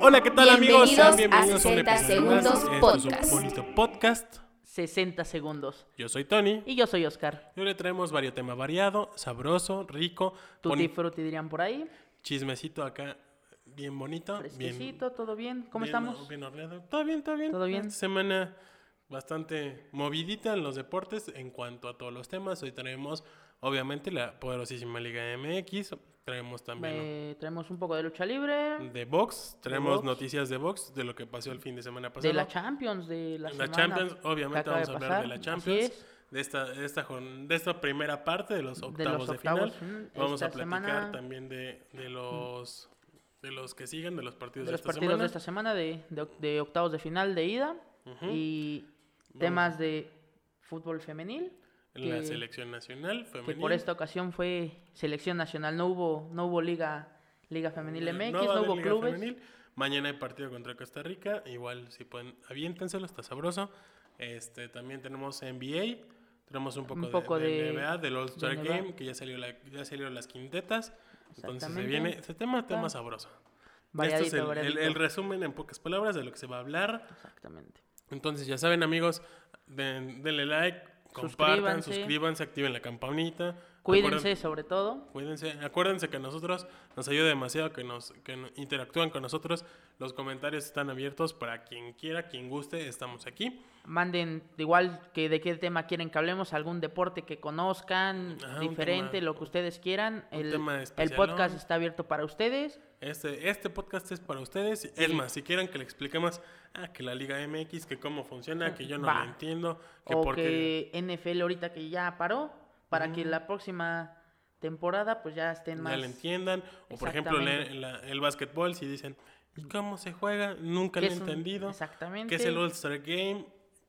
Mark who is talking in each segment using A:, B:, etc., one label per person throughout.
A: Hola, ¿qué tal amigos? Sean bienvenidos
B: Bienvenidos a
A: un
B: 60
A: episodio más.
B: Segundos
A: Esto es un
B: Podcast.
A: bonito podcast.
C: 60 segundos.
A: Yo soy Tony.
C: Y yo soy Oscar.
A: Y hoy le traemos varios temas variado, sabroso, rico,
C: Tutti
A: boni-
C: frutti dirían por ahí.
A: chismecito acá, bien bonito, Ah, bien,
C: Fresquecito, todo bien. ¿Cómo
A: bien-
C: estamos?
A: Bien ordenado. Todo bien, todo bien.
C: Todo bien.
A: Esta semana bastante movidita en los deportes en cuanto a todos los temas. Hoy traemos, obviamente, la poderosísima Liga MX. Traemos también
C: Eh, traemos un poco de lucha libre.
A: de box. Traemos
C: box.
A: noticias de box, de lo que pasó el fin de semana pasado.
C: De la Champions, de la,
A: La
C: semana
A: Champions,
C: que
A: obviamente
C: acaba
A: vamos a hablar
C: pasar.
A: de la
C: Así
A: Champions,
C: es.
A: de esta, de esta, jorn- de esta primera parte de los
C: De
A: octavos
C: los
A: de,
C: octavos,
A: final.
C: mm,
A: Vamos a
C: esta
A: platicar
C: semana.
A: también de, de los de los que siguen, de los partidos
C: De
A: de,
C: los
A: esta
C: partidos
A: semana.
C: de esta semana, de, de- de octavos de final de ida. Y temas de fútbol femenil.
A: En la
C: que-
A: selección nacional,
C: que
A: femenil.
C: por esta ocasión fue selección nacional. No hubo, no hubo liga, liga femenil
A: eh,
C: MX,
A: va a
C: no,
A: haber
C: hubo
A: liga
C: clubes.
A: femenil. Mañana hay partido contra Costa Rica, igual si pueden, aviéntenselo, está sabroso. Este, también tenemos NBA, tenemos un poco,
C: Un poco
A: de, de
C: de-
A: NBA, del All Star
C: de NBA.
A: Game, que ya salió la, ya salieron las quintetas. Entonces se
C: Exactamente.
A: viene, este tema, tema
C: Está
A: sabroso. Esto Este
C: Variadito,
A: es el- el,
C: variadito.
A: el resumen en pocas palabras de lo que se va a hablar.
C: Exactamente.
A: Entonces, ya saben, amigos, den- denle like, compartan,
C: Suscríbanse.
A: suscríbanse, activen la campanita.
C: Cuídense,
A: Acuérden-
C: sobre todo.
A: Cuídense, acuérdense que a nosotros nos ayuda demasiado que nos que no- interactúan con nosotros. Los comentarios están abiertos para quien quiera, quien guste, estamos aquí.
C: Manden igual que de qué tema quieren que hablemos, algún deporte que conozcan,
A: Ajá, un
C: diferente,
A: tema-
C: lo que ustedes quieran.
A: un
C: El,
A: tema
C: el
A: especialón.
C: podcast está abierto para ustedes.
A: Este, este podcast es para ustedes. Es más, si quieren que le expliquemos ah, que la Liga MX, que cómo funciona, que yo no
C: Va.
A: lo entiendo, que
C: o
A: por qué-
C: que NFL ahorita que ya paró, para que la próxima temporada pues ya estén más...
A: ya le entiendan. O por ejemplo,
C: Exactamente.
A: la- la- el básquetbol, si dicen, "¿Y ¿cómo se juega? Nunca
C: ¿Qué
A: lo he
C: es un-
A: entendido.
C: Exactamente.
A: ¿Qué es el All-Star Game?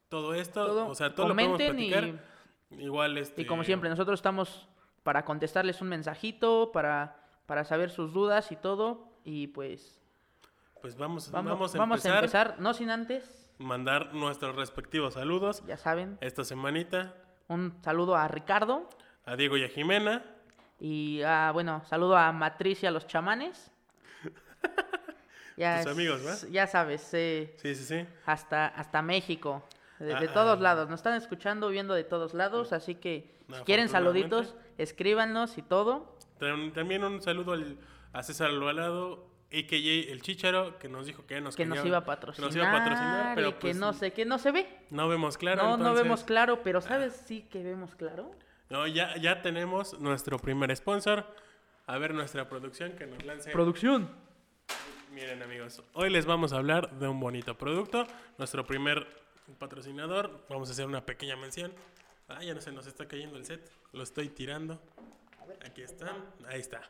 A: Todo esto,
C: Todo.
A: o sea, todo lo
C: Comenten y-
A: podemos platicar. Igual, este...
C: Y como siempre, nosotros estamos para contestarles un mensajito, para, para saber sus dudas y todo. Y pues
A: Pues vamos,
C: vamos,
A: vamos, a,
C: vamos
A: empezar,
C: a empezar, no sin antes,
A: Mandar nuestros respectivos saludos
C: ya saben,
A: esta semanita
C: un saludo a Ricardo.
A: a Diego y a Jimena.
C: Y ah, bueno, saludo a Matriz y a los chamanes.
A: Tus amigos, ¿va?
C: Ya sabes, eh,
A: Sí, sí, sí.
C: hasta, hasta México. De, de
A: Ah,
C: todos
A: ah.
C: lados, nos están escuchando, viendo de todos lados, así que si quieren
A: Afortunadamente.
C: saluditos, escríbanos y todo.
A: Tam- También un saludo al, a César Alvarado, a.k.a. El Chicharo, que nos dijo que nos,
C: Que nos
A: quería-
C: iba a
A: que
C: patrocinar,
A: nos iba a patrocinar, pero
C: y
A: pues,
C: que no sé, que no se ve.
A: no vemos claro.
C: no, no
A: entonces- Ah.
C: vemos claro, pero ¿sabes sí que vemos claro?
A: No, ya, ya tenemos nuestro primer sponsor. A ver nuestra producción que nos lance.
C: Producción.
A: Miren amigos, hoy les vamos a hablar de un bonito producto. Nuestro primer patrocinador. Vamos a hacer una pequeña mención. Ah, ya no se nos está cayendo el set. Lo estoy tirando. Aquí está. Ahí está.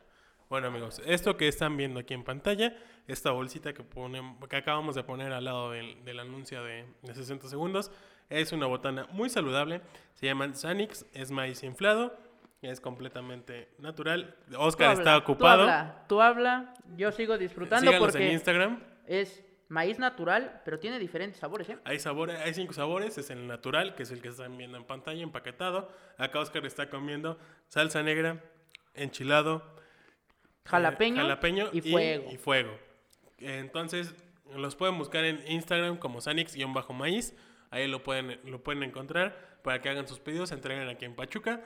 A: Bueno amigos, esto que están viendo aquí en pantalla, esta bolsita que, ponem- que acabamos de poner al lado del, del anuncio de, de 60 segundos, es una botana muy saludable. Se llaman Sanix, es maíz inflado, es completamente natural.
C: Tú
A: Oscar está
C: habla, tú
A: ocupado.
C: habla, Tú habla, yo sigo disfrutando
A: Síganos en
C: porque
A: Instagram.
C: es maíz natural, pero tiene diferentes sabores, ¿eh?
A: Hay sabores, hay cinco sabores, es el natural, que es el que están viendo en pantalla, empaquetado. Acá Oscar está comiendo salsa negra, enchilado, eh,
C: Jalapeño,
A: jalapeño
C: y fuego.
A: y fuego. Entonces, los pueden buscar en Instagram como Sanix-maíz. Ahí lo pueden, lo pueden encontrar para que hagan sus pedidos, se entreguen aquí en Pachuca.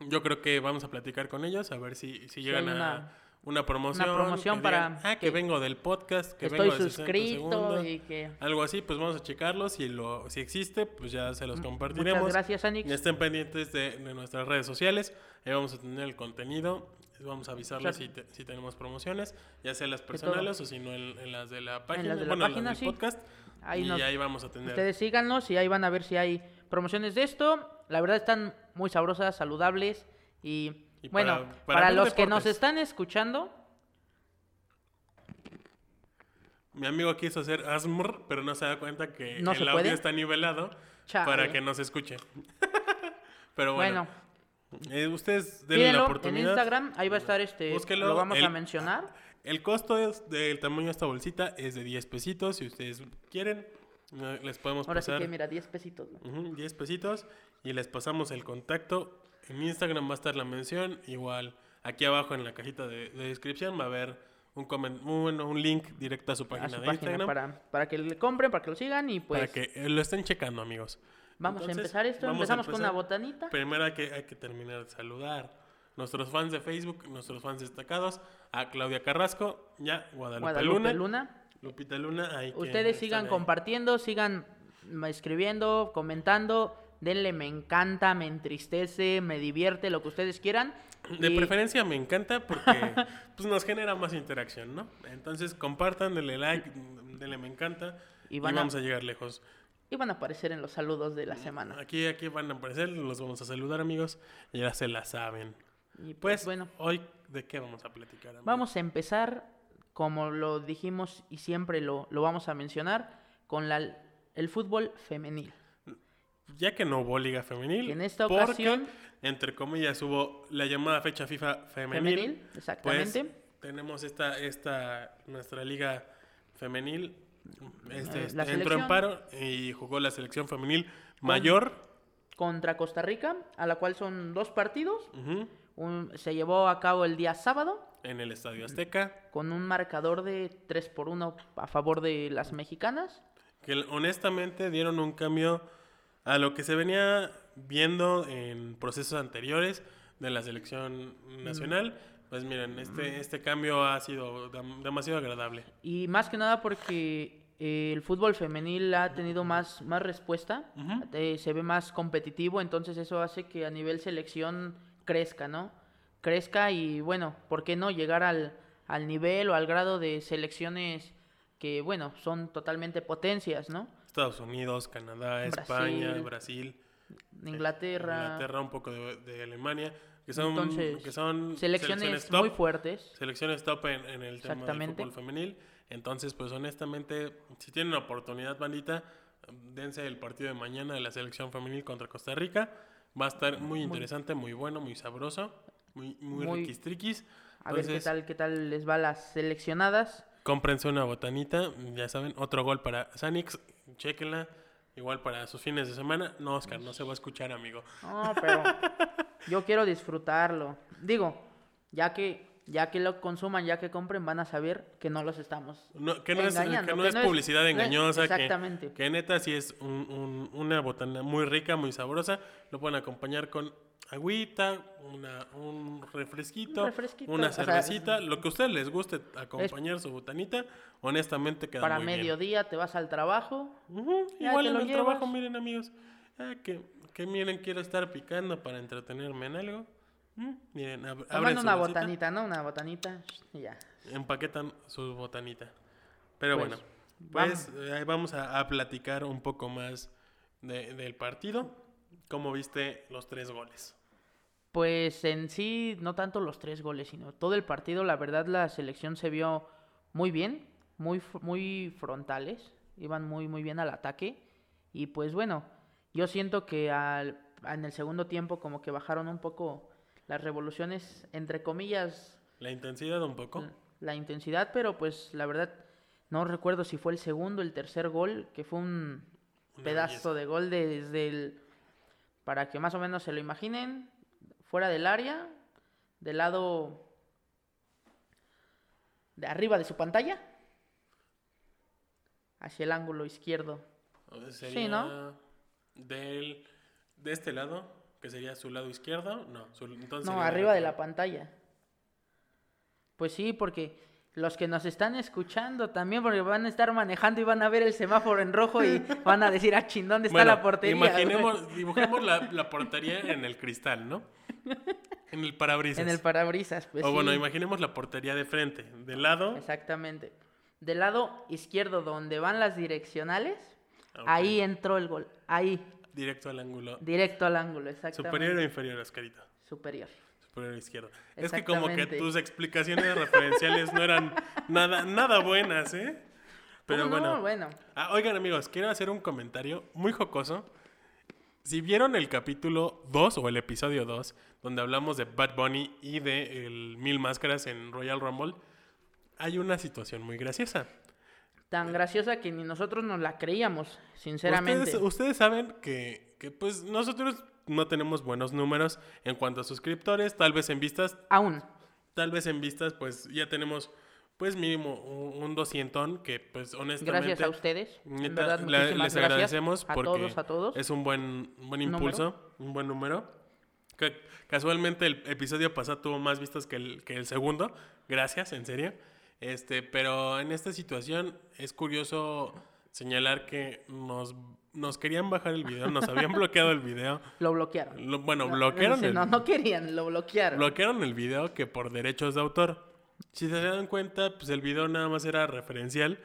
A: Yo creo que vamos a platicar con ellos, a ver si, si llegan
C: hay
A: a
C: una-
A: una, promoción.
C: promoción
A: que digan,
C: para
A: Ah, que,
C: que-
A: vengo del podcast, que
C: Que
A: vengo
C: estoy
A: de 60
C: suscrito
A: segundos".
C: y que...
A: Algo así, pues vamos a checarlo. Si, lo, si existe, pues ya se los compartiremos. este
C: Muchas gracias, Anix.
A: Estén pendientes de, de nuestras redes sociales. Ahí vamos a tener el contenido. Vamos a avisarles si,
C: Claro.
A: te- si tenemos promociones, ya sea las personales o si no en, en las de la página.
C: de la
A: bueno,
C: página,
A: del
C: sí.
A: podcast.
C: Ahí
A: y
C: nos-
A: ahí vamos a tener.
C: Ustedes síganos y ahí van a ver si hay promociones de esto. La verdad están muy sabrosas, saludables y,
A: Y
C: bueno,
A: para- para
C: para,
A: ver
C: los que
A: deportes.
C: nos están escuchando,
A: Mi amigo quiso hacer ASMR, pero no se da cuenta que
C: No
A: el
C: se
A: audio
C: puede.
A: está nivelado
C: Chale.
A: para que no se escuche. pero bueno,
C: bueno,
A: eh, ustedes denle la
C: mírenlo en
A: oportunidad.
C: Instagram, ahí va a estar este,
A: Búsquelo,
C: lo vamos a
A: el-
C: mencionar.
A: El costo es- del tamaño de esta bolsita es de 10 pesitos. Si ustedes quieren, eh, les podemos
C: Ahora sí
A: pasar
C: que mira, 10 pesitos. ¿no?
A: ujú, 10 pesitos y les pasamos el contacto. En Instagram va a estar la mención. Igual aquí abajo en la cajita de, de descripción va a haber un, comen- bueno, un link directo a su página
C: a su
A: de
C: página
A: Instagram para,
C: para, para que le compren, para que lo sigan y pues
A: que eh, lo estén checando, amigos.
C: vamos
A: Entonces,
C: a empezar esto.
A: vamos a
C: Empezamos con
A: empezar.
C: una botanita.
A: Primero hay que, hay que terminar de saludar. Nuestros fans de Facebook, nuestros fans destacados, a Claudia Carrasco, ya Guadalupe, Luna,
C: Guadalupe Luna.
A: Lupita Luna. ahí que
C: Ustedes
A: están
C: sigan
A: ahí.
C: compartiendo, sigan mm, escribiendo, comentando. Denle me encanta, me entristece, me divierte, lo que ustedes quieran.
A: De
C: Y-
A: preferencia me encanta porque pues, nos genera más interacción, ¿no? Entonces compartan, denle like, denle me encanta y,
C: Y van a-
A: vamos a llegar lejos.
C: Y van a aparecer en los saludos de la semana.
A: Aquí, aquí van a aparecer, los vamos a saludar amigos, ya se la saben.
C: Y
A: Pues
C: pues, bueno,
A: hoy, ¿de qué vamos a platicar? amigos?
C: vamos a empezar, como lo dijimos y siempre lo, lo vamos a mencionar, con la, el fútbol femenil.
A: Ya que no hubo liga femenil,
C: Que en esta
A: porque,
C: ocasión-
A: entre comillas, hubo la llamada fecha FIFA femenil.
C: Femenil,
A: Pues
C: exactamente.
A: tenemos esta, esta, nuestra liga femenil. Este,
C: Eh,
A: este, entró
C: la
A: en
C: selección.
A: paro y jugó la selección femenil mayor.
C: Contra Costa Rica, a la cual son dos partidos.
A: Ujú.
C: Un- se llevó a cabo el día sábado
A: en el Estadio Azteca.
C: con un marcador de 3 por 1 a favor de las mexicanas.
A: Que honestamente dieron un cambio a lo que se venía viendo en procesos anteriores de la selección
C: Mm.
A: nacional. Pues miren, este, este cambio ha sido dam- demasiado agradable.
C: Y más que nada porque eh, el fútbol femenil ha tenido más, más respuesta,
A: Ujú.
C: eh, se ve más competitivo, entonces eso hace que a nivel selección crezca, ¿no? Crezca y bueno, ¿por qué no llegar al, al nivel o al grado de selecciones que, bueno, son totalmente potencias, ¿no?
A: Estados Unidos, Canadá,
C: Brasil.
A: España, Brasil.
C: Inglaterra,
A: Inglaterra, un poco de, de Alemania, que son,
C: Entonces,
A: que son
C: selecciones
A: top,
C: muy fuertes.
A: selecciones top en, en el tema del
C: Exactamente.
A: fútbol femenil. Entonces, pues honestamente, si tienen la oportunidad, bandita, dense el partido de mañana de la selección femenil contra Costa Rica. Va a estar muy interesante, muy bueno, muy sabroso, muy, muy,
C: Muy-
A: riquistriquis.
C: A ver qué
A: Entonces,
C: tal, qué tal les va a las seleccionadas.
A: cómprense una botanita, ya saben, otro gol para Sanix, chequenla. Igual para sus fines de semana. No, Oscar, no se va a escuchar, amigo.
C: No, pero yo quiero disfrutarlo. Digo, ya que ya que lo consuman, ya que compren, van a saber que no los estamos.
A: No, que no, es, que
C: engañando,
A: no es publicidad
C: no es-
A: engañosa. que-
C: exactamente.
A: Que, neta sí es un- un- una botana muy rica, muy sabrosa. Lo pueden acompañar con agüita, una, un refresquito,
C: Un refresquito,
A: una
C: o sea,
A: cervecita. lo que a ustedes les guste acompañar su botanita, honestamente queda
C: Para
A: muy bien.
C: mediodía te vas al trabajo.
A: Ujú,
C: Ya
A: Igual
C: te
A: en
C: lo
A: el trabajo,
C: llevas.
A: miren amigos. Ah, que, que miren, quiero estar picando para entretenerme en algo. Mm, Miren, ab- abren
C: Tomando
A: su
C: una
A: bolsita,
C: botanita, ¿no? Una botanita. Y ya.
A: empaquetan su botanita. Pero
C: Pues,
A: bueno, pues eh, vamos a, a platicar un poco más de- del partido. ¿Cómo viste los tres goles?
C: Pues en sí, no tanto los tres goles, sino todo el partido, la verdad, la selección se vio muy bien, muy, fr- muy frontales, iban muy, muy bien al ataque. Y pues bueno, yo siento que al- en el segundo tiempo como que bajaron un poco las revoluciones, entre comillas,
A: La intensidad un
C: Mm,
A: poco.
C: la intensidad, pero pues la verdad no recuerdo si fue el segundo, el tercer gol, que fue un
A: Una
C: pedazo de gol desde el... Para que más o menos se lo imaginen, fuera del área, del lado... De arriba de su pantalla, hacia el ángulo izquierdo.
A: O sea,
C: Sí, ¿no?
A: sería Del, de este lado, que sería su lado izquierdo. No, su- entonces
C: No,
A: sería
C: arriba de la
A: lateral.
C: pantalla. Pues sí, porque los que nos están escuchando también, porque van a estar manejando y van a ver el semáforo en rojo y van a decir, ah, chin, ¿dónde está
A: Bueno,
C: la portería? güey?"
A: Imaginemos, dibujemos la, la portería en el cristal, ¿no? En el parabrisas.
C: En el parabrisas, pues
A: o
C: sí,
A: bueno, imaginemos la portería de frente. De lado,
C: Exactamente. Del lado izquierdo, donde van las direccionales,
A: Ah, Ok.
C: ahí entró el gol. Ahí,
A: directo al ángulo.
C: directo al ángulo, exactamente.
A: Superior eh. o inferior, Oscarito.
C: Superior.
A: Superior izquierdo. Es que como que
C: Exactamente.
A: tus explicaciones referenciales no eran nada, nada buenas, ¿eh? Pero
C: ¿Cómo Pues no?
A: bueno.
C: bueno.
A: Ah, oigan amigos, quiero hacer un comentario muy jocoso. Si vieron el capítulo 2 o el episodio 2, donde hablamos de Bad Bunny y de el Mil Máscaras en Royal Rumble, hay una situación muy graciosa. Eh.
C: Tan graciosa que ni nosotros nos la creíamos, sinceramente.
A: Ustedes, ustedes saben que, que, pues nosotros no tenemos buenos números en cuanto a suscriptores, tal vez en vistas,
C: Aún.
A: tal vez en vistas, pues ya tenemos pues mínimo un, un doscientón que pues honestamente...
C: Gracias a ustedes.
A: neta,
C: en verdad,
A: la-
C: muchísimas
A: les
C: gracias
A: agradecemos
C: a
A: porque
C: todos, a todos.
A: es un buen, un buen
C: Número.
A: impulso, un buen número. Que- casualmente el episodio pasado tuvo más vistas que el, que el segundo. Gracias, en serio. Este, pero en esta situación es curioso señalar que nos, nos querían bajar el video, nos habían bloqueado el video.
C: Lo bloquearon.
A: Lo- bueno,
C: No,
A: bloquearon
C: dice,
A: el
C: No, no querían, lo bloquearon.
A: bloquearon el video que por derechos de autor. Si se dan cuenta, pues el video nada más era referencial,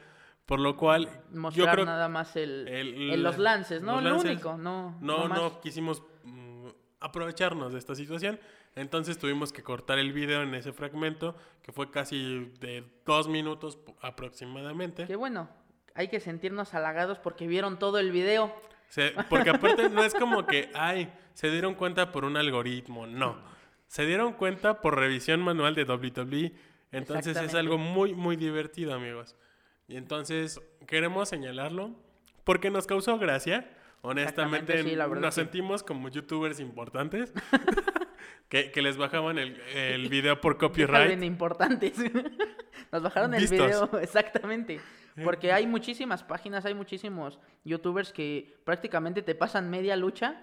A: por lo cual yo
C: Mostrar
A: creo
C: nada más el,
A: el-
C: el- los lances, ¿no?
A: los
C: Lo
A: lances.
C: único, no.
A: no,
C: más.
A: no quisimos mm, aprovecharnos de esta situación, entonces tuvimos que cortar el video en ese fragmento que fue casi de dos minutos po- aproximadamente.
C: Que bueno, hay que sentirnos halagados porque vieron todo el video.
A: Se- porque aparte no es como que, ay, se dieron cuenta por un algoritmo, no. Se dieron cuenta por revisión manual de WWE. Entonces es
C: Exactamente.
A: algo muy, muy divertido, amigos. Y entonces queremos señalarlo porque nos causó gracia. Honestamente,
C: Exactamente, sí, la verdad
A: nos
C: sí.
A: sentimos como youtubers importantes que, que les bajaban el, el video por copyright.
C: Salen importantes. Nos bajaron el
A: Vistos.
C: video, exactamente.
A: Eh.
C: Porque hay muchísimas páginas, hay muchísimos youtubers que prácticamente te pasan media lucha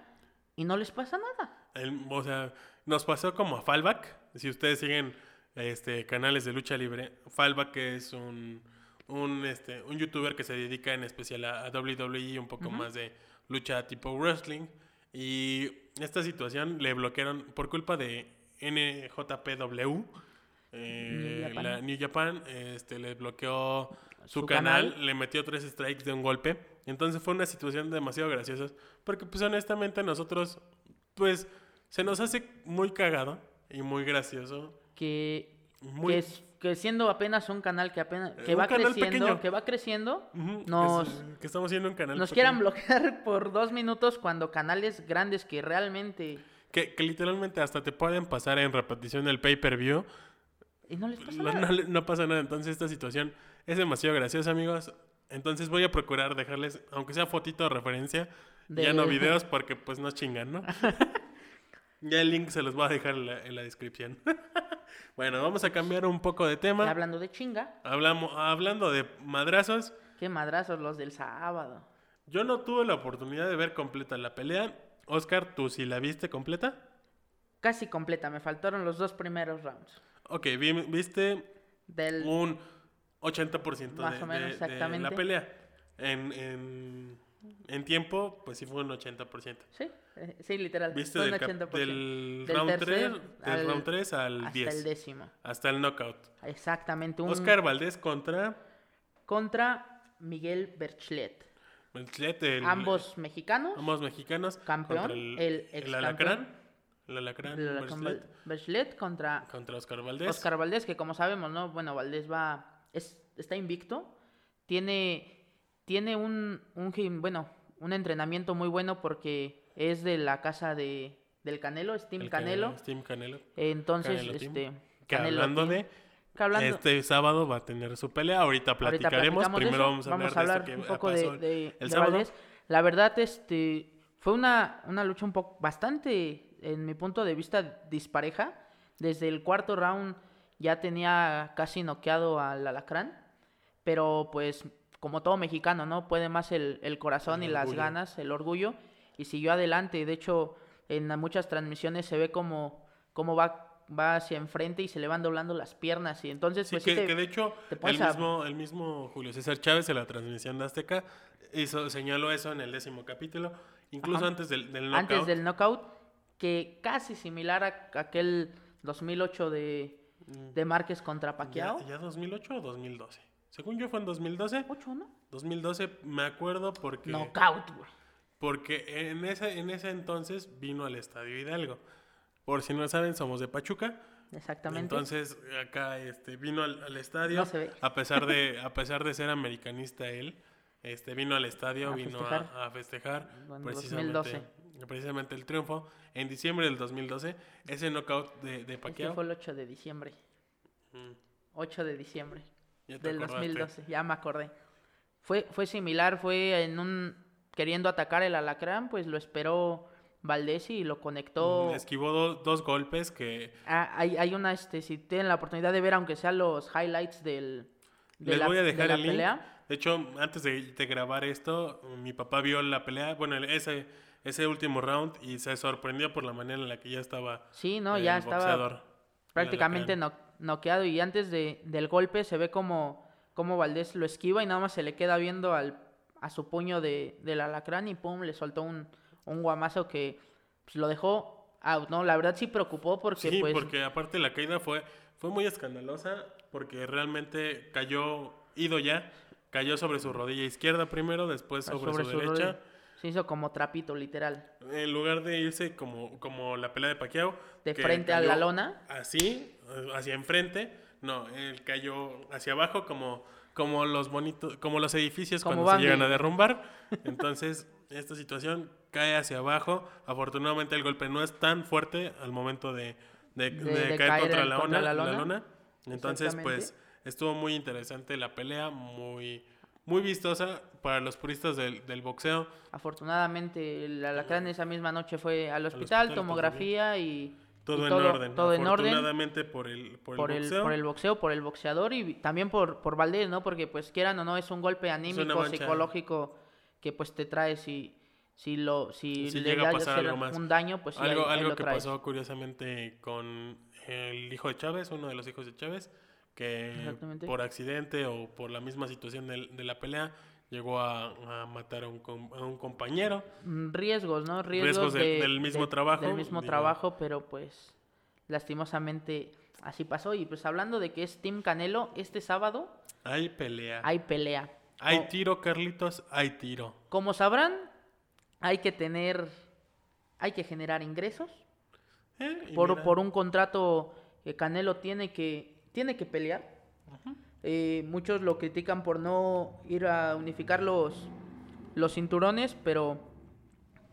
C: y no les pasa nada.
A: El- o sea, nos pasó como a Fallback. Si ustedes siguen este, canales de lucha libre, Fallback es un, un, este, un youtuber que se dedica en especial a, a WWE y un poco más de lucha tipo wrestling. Y esta situación le bloquearon por culpa de NJPW. eh,
C: New Japan.
A: la New Japan este, le bloqueó su,
C: Su
A: canal,
C: canal.
A: le metió tres strikes de un golpe. Entonces fue una situación demasiado graciosa. Porque pues honestamente nosotros, pues se nos hace muy cagado y muy gracioso.
C: Que,
A: Muy... Eh,
C: que, es- que siendo apenas un canal que apenas que
A: un
C: va
A: canal
C: creciendo,
A: pequeño.
C: que va creciendo,
A: Ujú, que
C: nos-
A: es- que estamos haciendo un canal.
C: nos
A: pequeño.
C: quieran bloquear por dos minutos cuando canales grandes que realmente
A: Que, que literalmente hasta te pueden pasar en repetición el pay-per-view.
C: y no les pasa
A: No,
C: nada.
A: no le- no pasa nada. Entonces esta situación es demasiado graciosa, amigos. Entonces voy a procurar dejarles, aunque sea fotito de referencia, ya
C: De-
A: no videos porque pues nos chingan, ¿no? ya el link se los voy a dejar en la, en la descripción. bueno, vamos a cambiar un poco de
C: Y
A: tema.
C: Hablando de chinga,
A: Hablamos, hablando de madrazos,
C: qué madrazos los del sábado.
A: yo no tuve la oportunidad de ver completa la pelea. Oscar, ¿tú sí la viste completa?
C: Casi completa, me faltaron los dos primeros rounds.
A: Ok, vi- viste
C: Del
A: un 80% de,
C: Más o menos,
A: de- de la
C: exactamente.
A: pelea. En, en- en tiempo, pues sí fue un 80%.
C: Sí, eh, sí, literal.
A: Viste
C: fue
A: del,
C: un
A: cap-
C: 80%.
A: del,
C: Del
A: round
C: tercer
A: 3,
C: al-
A: round 3 al
C: hasta
A: 10.
C: el décimo.
A: Hasta el knockout.
C: Exactamente. Un
A: Oscar Valdés contra
C: contra Miguel Berchlet.
A: Belchlet, el-
C: Ambos mexicanos.
A: ambos mexicanos.
C: Campeón,
A: contra
C: el
A: el,
C: ex
A: alacrán. El alacrán.
C: la- con
A: Belchlet,
C: Bel- Berchlet contra
A: Contra Oscar Valdés.
C: Oscar Valdés, que como sabemos, ¿no? Bueno, Valdés va. Es, está invicto. Tiene, tiene un, un gim- bueno, un entrenamiento muy bueno porque es de la casa de, del Canelo, Steam
A: el
C: Canelo.
A: Steam Canelo.
C: Entonces,
A: Canelo Team.
C: este.
A: Que
C: Canelo
A: hablando
C: Team.
A: de...
C: Que hablando-
A: Este sábado va a tener su pelea. Ahorita
C: Ahorita
A: platicaremos.
C: platicamos de
A: Primero
C: eso.
A: vamos a hablar, de
C: un
A: esto que
C: poco de,
A: pasó
C: de-
A: el
C: de
A: sábado.
C: Valdés. La verdad, este, fue una, una lucha un poco bastante, en mi punto de vista, dispareja. Desde el cuarto round ya tenía casi noqueado al alacrán, pero pues como todo mexicano, ¿no? Puede más el, el corazón
A: El
C: y las
A: orgullo.
C: ganas, el orgullo, y siguió adelante. De hecho, en muchas transmisiones se ve como, como va, va hacia enfrente y se le van doblando las piernas. Y entonces,
A: Sí,
C: pues sí
A: que,
C: te-
A: que de hecho,
C: te
A: el
C: pones a-
A: mismo, el mismo Julio César Chávez en la transmisión de Azteca hizo, señaló eso en el décimo capítulo, incluso
C: Ajá.
A: antes del, del
C: antes
A: knockout.
C: del knockout, que casi similar a aquel 2008 de, de Márquez contra Pacquiao.
A: Mm. ¿Ya, ya 2008 o 2012? Según yo fue en 2012.
C: 8, ¿no?
A: 2012 me acuerdo porque,
C: Knockout, güey.
A: porque en, ese, en ese entonces vino al Estadio Hidalgo. Por si no saben, somos de Pachuca.
C: Exactamente.
A: Entonces, acá este, vino al, al estadio.
C: No se ve.
A: A pesar de, a pesar de ser americanista él, este, vino al estadio,
C: A
A: vino
C: festejar.
A: a, a festejar
C: Bueno,
A: precisamente,
C: 2012.
A: precisamente el triunfo. En diciembre del 2012, ese knockout de, de
C: Este
A: Pacquiao.
C: fue el 8 de diciembre.
A: Mm,
C: 8 de diciembre
A: ya te
C: del
A: acordaste. Mm,
C: 2012, ya me acordé. Fue, fue similar, fue en un. Queriendo atacar el alacrán, pues lo esperó Valdés y lo conectó.
A: Esquivó do- dos golpes que
C: Ah, hay, hay una, este, si tienen la oportunidad de ver, aunque sean los highlights del, de
A: les
C: la,
A: voy a
C: de
A: dejar
C: la
A: el link.
C: pelea.
A: De hecho, antes de, de grabar esto, mi papá vio la pelea, bueno, el- ese, ese último round y se sorprendió por la manera en la que ya estaba.
C: Sí, no,
A: Eh, el
C: ya estaba
A: boxeador, el
C: prácticamente
A: alacrán.
C: no- noqueado y antes de, del golpe se ve como, como Valdés lo esquiva y nada más se le queda viendo al, a su puño de, del alacrán y pum, le soltó un, un guamazo que pues, lo dejó out, ¿no? La verdad sí preocupó porque
A: Sí,
C: pues...
A: porque aparte la caída fue, fue muy escandalosa porque realmente cayó, ido ya, cayó sobre su rodilla izquierda primero,
C: Ah,
A: después sobre, su, derecha.
C: rodilla. Se hizo como trapito, literal.
A: En lugar de irse como, como la pelea de Pacquiao.
C: De
A: que
C: frente a la
A: cayó
C: lona.
A: Así, eh, hacia enfrente. No, él cayó hacia abajo como, como los bonitos, como los edificios
C: Como
A: cuando se
C: Bambi.
A: llegan a derrumbar. Entonces, esta situación cae hacia abajo. Afortunadamente el golpe no es tan fuerte al momento de, de-
C: De-
A: de
C: de
A: caer,
C: caer
A: contra,
C: en-
A: la,
C: contra
A: lona,
C: la
A: la
C: lona.
A: lona. Entonces, pues,
C: Exactamente.
A: estuvo muy interesante la pelea, muy, muy vistosa para los puristas del, del boxeo.
C: Afortunadamente, el alacrán esa misma noche fue al hospital,
A: hospital, pues,
C: tomografía y
A: Todo
C: y
A: en orden.
C: todo en orden
A: Afortunadamente por el, por el
C: por el,
A: boxeo.
C: por el boxeo, por el boxeador y también por, por Valdés, ¿no? Porque pues quieran o no es un golpe anímico,
A: mancha.
C: psicológico que pues te trae si si lo si,
A: Si
C: le
A: llega a
C: das
A: pasar
C: hacer
A: algo más.
C: un daño, pues sí, ahí-
A: algo
C: ahí
A: algo
C: lo
A: que
C: traes.
A: pasó curiosamente con el hijo de Chávez, uno de los hijos de Chávez, que
C: Exactamente.
A: por accidente o por la misma situación del- de, la pelea llegó a, a matar a un, com- a un compañero.
C: Mm, riesgos, ¿no? Riesgos,
A: Riesgos del-
C: de-
A: del mismo
C: de-
A: trabajo,
C: Del mismo
A: digo.
C: trabajo, pero pues lastimosamente así pasó. Y pues hablando de que es Team Canelo, este sábado
A: Hay pelea. Hay,
C: hay pelea. Co-
A: tiro, Carlitos, hay tiro.
C: Como sabrán, hay que tener, hay que generar ingresos.
A: Eh, y
C: Por,
A: mira,
C: por un contrato que Canelo tiene que, tiene que pelear. Eh, muchos lo critican por no ir a unificar los, los cinturones, pero,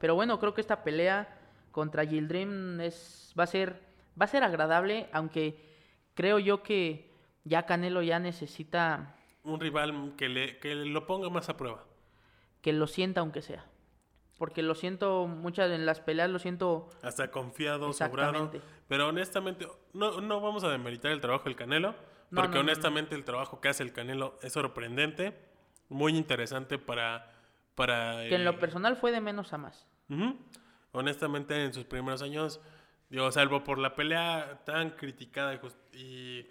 C: pero bueno, creo que esta pelea contra Gildrim es, va, a ser, va a ser agradable, aunque creo yo que ya Canelo ya necesita
A: Un rival que, le, que lo ponga más a prueba.
C: que lo sienta aunque sea. Porque lo siento, muchas en las peleas lo siento
A: Hasta confiado, sobrado.
C: Exactamente.
A: Pero honestamente, no, no vamos a demeritar el trabajo del Canelo,
C: No,
A: porque
C: no, no,
A: honestamente el trabajo que hace el Canelo es sorprendente, muy interesante para... para
C: que en lo
A: el-
C: personal fue de menos a más.
A: Ujú. Honestamente, en sus primeros años, digo, salvo por la pelea tan criticada y jus- y,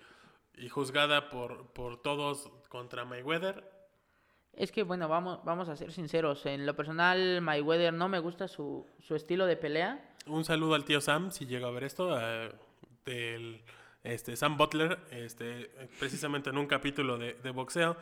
A: y juzgada por, por todos contra Mayweather,
C: Es que bueno, vamos, vamos a ser sinceros. En lo personal, Mayweather no me gusta su, su estilo de pelea.
A: Un saludo al tío Sam, si llega a ver esto, a- del este, Sam Butler, este, precisamente en un capítulo de, de boxeo,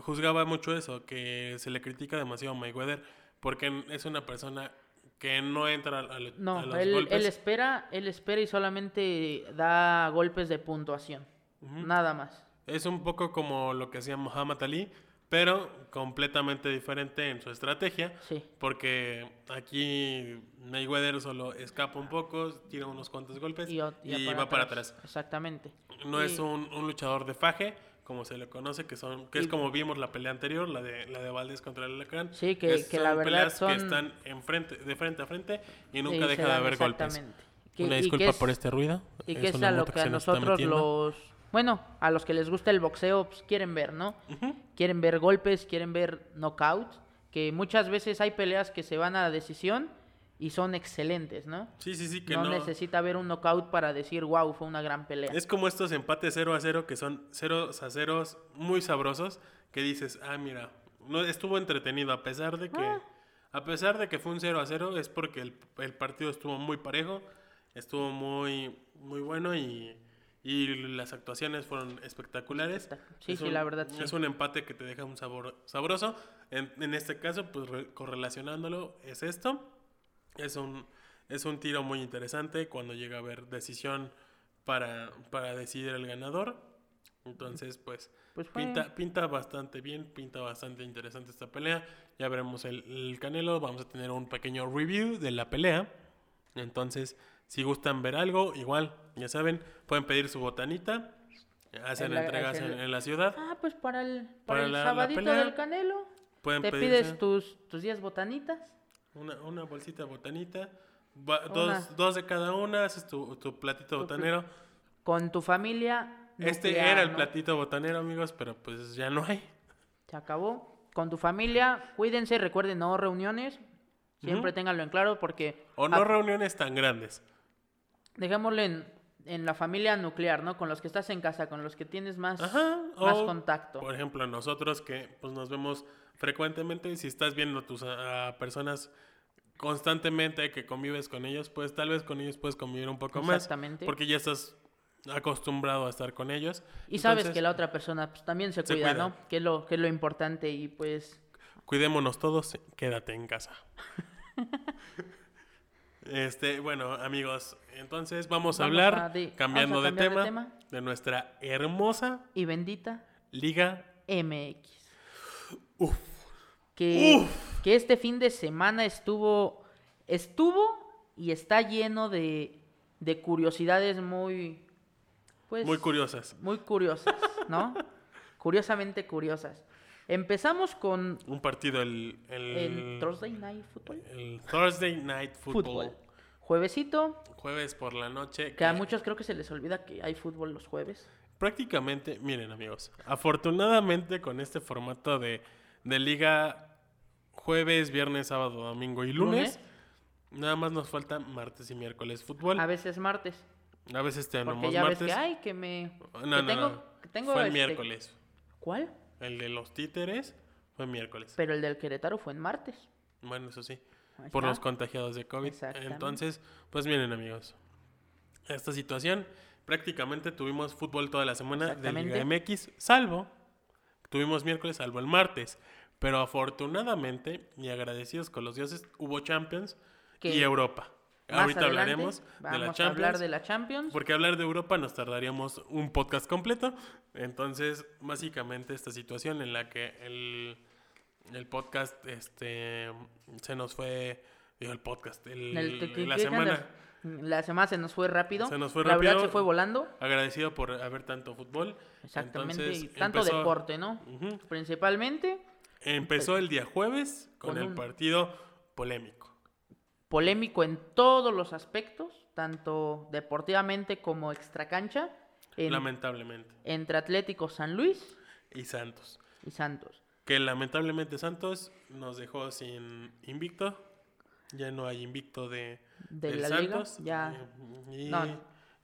A: juzgaba mucho eso, que se le critica demasiado a Mayweather, porque es una persona que no entra a, lo-
C: No,
A: a los
C: él,
A: golpes.
C: él espera, él espera y solamente da golpes de puntuación. Nada más.
A: Es un poco como lo que hacía Muhammad Ali, pero completamente diferente en su estrategia,
C: Sí.
A: porque aquí Mayweather solo escapa un poco, tira unos cuantos golpes y,
C: Y, o- y
A: va para atrás.
C: Exactamente.
A: No
C: Y-
A: es un, un luchador de faje, como se le conoce, que son que es
C: Y-
A: como vimos la pelea anterior, la de la de Valdés contra el Alacrán.
C: Sí, que- que la verdad son-
A: que están enfrente, de frente a frente y nunca
C: y se
A: deja de
C: dan
A: haber golpes.
C: exactamente. Que-
A: Una
C: y que
A: disculpa
C: es-
A: por este ruido.
C: Y
A: es
C: que es
A: una
C: a lo
A: moto
C: que a
A: se nos está
C: nosotros
A: metiendo.
C: los... Bueno, a los que les gusta el boxeo pues, quieren ver, ¿no?
A: Ujú.
C: Quieren ver golpes, quieren ver knockouts, que muchas veces hay peleas que se van a la decisión y son excelentes, ¿no?
A: Sí, sí, sí, que
C: No,
A: no.
C: necesita ver un knockout para decir, wow, fue una gran pelea.
A: Es como estos empates 0 a 0 que son ceros a ceros muy sabrosos que dices, "Ah, mira, no estuvo entretenido a pesar de que
C: Ah.
A: a pesar de que fue un 0 a 0 es porque el, el partido estuvo muy parejo, estuvo muy muy bueno y y las actuaciones fueron espectaculares.
C: Espectac- sí,
A: Es
C: sí,
A: un-
C: la verdad, sí.
A: Es un empate que te deja un sabor sabroso. En, en este caso, pues re- correlacionándolo, es esto. Es un, es un tiro muy interesante cuando llega a haber decisión para, para decidir el ganador. Entonces, pues,
C: Pues fue-
A: pinta, pinta bastante bien, pinta bastante interesante esta pelea. Ya veremos el, el Canelo, vamos a tener un pequeño review de la pelea. Entonces, si gustan ver algo, igual, ya saben, pueden pedir su botanita. Hacen
C: En la-
A: entregas en,
C: hacen-
A: en la ciudad.
C: Ah, pues para el, para
A: Para
C: el
A: la- la
C: sabadito
A: pelea,
C: del Canelo,
A: Pueden
C: te
A: pedirse
C: pides tus, tus 10 botanitas.
A: una, una bolsita de botanita, Va- dos,
C: Una.
A: dos de cada una, haces tu, tu platito
C: pl-
A: botanero.
C: Con tu familia.
A: Este
C: nuclear,
A: era el
C: ¿no?
A: platito botanero, amigos, pero pues ya no hay.
C: Se acabó. Con tu familia, cuídense, recuerden, no reuniones. Siempre ténganlo en claro porque
A: O no
C: a-
A: reuniones tan grandes.
C: dejémosle en, en la familia nuclear, ¿no? Con los que estás en casa, con los que tienes más,
A: Ajá.
C: más
A: o, pues,
C: contacto.
A: Por ejemplo, nosotros que pues nos vemos frecuentemente, si estás viendo tus a, a personas constantemente que convives con ellos, pues tal vez con ellos puedes convivir un poco más.
C: Exactamente.
A: Porque ya estás acostumbrado a estar con ellos.
C: Y sabes
A: Entonces,
C: que la otra persona pues, también se
A: se
C: cuida,
A: cuida.
C: ¿no? Que es, lo, que es lo importante y pues
A: Cuidémonos todos, quédate en casa. este, bueno, amigos, entonces vamos a
C: Vamos
A: hablar,
C: a de-
A: cambiando
C: vamos a
A: de,
C: cambiar de
A: tema, de
C: tema.
A: nuestra hermosa
C: y bendita
A: liga.
C: MX.
A: Uf.
C: Que, que este fin de semana estuvo estuvo y está lleno de, de curiosidades muy pues
A: Muy curiosas.
C: muy curiosas, ¿no? Curiosamente curiosas. Empezamos con
A: Un partido el... El,
C: el Thursday Night Football.
A: el Thursday Night Football.
C: Fútbol. Juevesito,
A: Jueves por la noche.
C: que a muchos creo que se les olvida que hay fútbol los jueves.
A: Prácticamente, miren amigos, afortunadamente con este formato de, de liga jueves, viernes, sábado, domingo y lunes, nada más nos falta martes y miércoles fútbol.
C: A veces martes.
A: A veces te
C: Porque
A: anulamos
C: ya
A: martes.
C: ves que, ay, que me...
A: No,
C: que
A: no,
C: tengo,
A: no.
C: que tengo,
A: fue el
C: este,
A: miércoles.
C: ¿Cuál?
A: El de los títeres fue miércoles.
C: Pero el del Querétaro fue en martes.
A: Bueno, eso sí.
C: Ahí
A: Por
C: está.
A: los contagiados de COVID.
C: Exactamente.
A: Entonces, pues miren amigos, esta situación prácticamente tuvimos fútbol toda la semana de Liga MX, salvo tuvimos miércoles, salvo el martes. Pero afortunadamente y agradecidos con los dioses, hubo Champions
C: Que
A: y Europa.
C: Más
A: Ahorita
C: adelante
A: hablaremos de la
C: vamos
A: Champions.
C: a hablar de la Champions.
A: Porque hablar de Europa nos tardaríamos un podcast completo. Entonces, básicamente esta situación en la que el, el podcast este se nos fue, digo, el podcast, el-
C: El- que- que-
A: la
C: que-
A: semana.
C: La semana se nos fue rápido.
A: Se nos fue
C: La verdad
A: rápido.
C: se fue volando.
A: Agradecido por haber tanto fútbol.
C: Exactamente.
A: Entonces,
C: y tanto
A: empezó-
C: deporte, ¿no?
A: Ujú.
C: Principalmente
A: Empezó el día jueves con,
C: Con
A: el
C: un-
A: partido polémico.
C: polémico en todos los aspectos, tanto deportivamente como extracancha, en,
A: Lamentablemente.
C: entre Atlético San Luis
A: Y Santos.
C: y Santos.
A: Que lamentablemente Santos nos dejó sin invicto. Ya no hay invicto de,
C: De
A: del
C: la liga,
A: Santos.
C: ya
A: Eh, Y
C: No.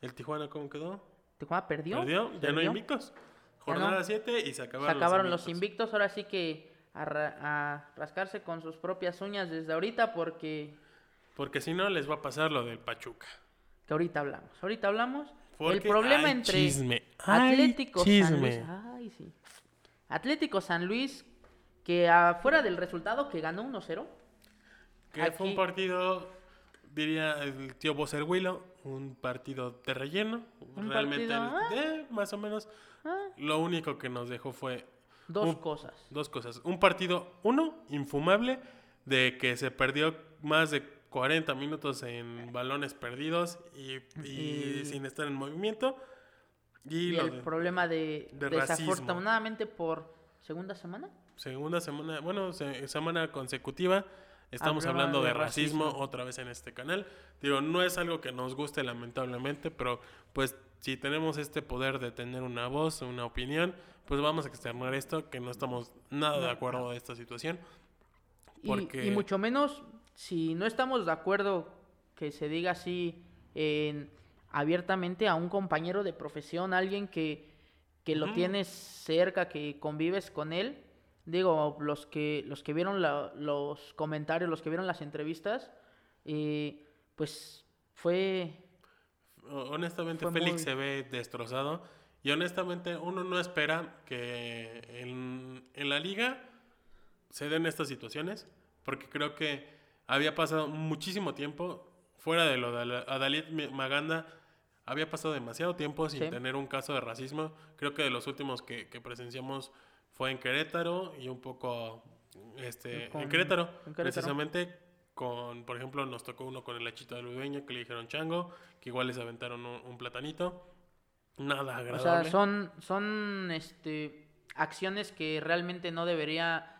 A: el Tijuana, ¿cómo quedó?
C: Tijuana perdió.
A: Perdió, ya no hay
C: perdió.
A: invictos.
C: Ya no.
A: Jornada 7 y se acabaron,
C: Se acabaron los invictos, ahora sí que a, ra- a rascarse con sus propias uñas desde ahorita porque
A: Porque si no, les va a pasar lo del Pachuca.
C: que ahorita hablamos. Ahorita hablamos.
A: Porque
C: el problema
A: hay
C: entre
A: chisme, hay
C: Atlético San Luis.
A: chisme.
C: ay, sí. Atlético San Luis que afuera del resultado que ganó 1-0,
A: Que fue un
C: Aquí-
A: partido, diría el tío Boser Willow, un partido de relleno.
C: Un
A: realmente,
C: partido,
A: eh, más o menos.
C: ah,
A: Lo único que nos dejó fue
C: dos
A: un-
C: cosas.
A: Dos cosas. Un partido, uno, infumable, de que se perdió más de 40 minutos en balones perdidos y, y
C: Y-
A: sin estar en movimiento. Y,
C: Y,
A: lo
C: el
A: de
C: problema de,
A: de racismo.
C: desafortunadamente por segunda semana.
A: segunda semana, bueno, se- semana consecutiva, estamos
C: Hablaba
A: hablando de,
C: de
A: racismo,
C: racismo.
A: otra vez en este canal. Digo, no es algo que nos guste lamentablemente, pero pues si tenemos este poder de tener una voz, una opinión, pues vamos a externar esto, que no estamos nada de acuerdo de esta situación.
C: Y,
A: Porque-
C: y mucho menos si no estamos de acuerdo que se diga así en- abiertamente a un compañero de profesión, alguien que, que lo
A: Ujú.
C: tienes cerca, que convives con él. Digo, los que, los que vieron la- los comentarios, los que vieron las entrevistas, eh, pues fue...
A: Honestamente,
C: Fue
A: Félix
C: muy-
A: se ve destrozado. Y honestamente, uno no espera que en, en la liga se den estas situaciones. Porque creo que había pasado muchísimo tiempo fuera de lo de Ala- Adalid Mi- Maganda. Había pasado demasiado tiempo sin
C: Sí.
A: tener un caso de racismo. Creo que de los últimos que, que presenciamos fue en Querétaro y un poco este, en
C: Con-
A: Querétaro.
C: en Querétaro.
A: Precisamente con, por ejemplo, nos tocó uno con el Lachito del Udueño que le dijeron chango, que igual les aventaron un, un platanito. Nada
C: O
A: agradable.
C: sea, son, son este, acciones que realmente no debería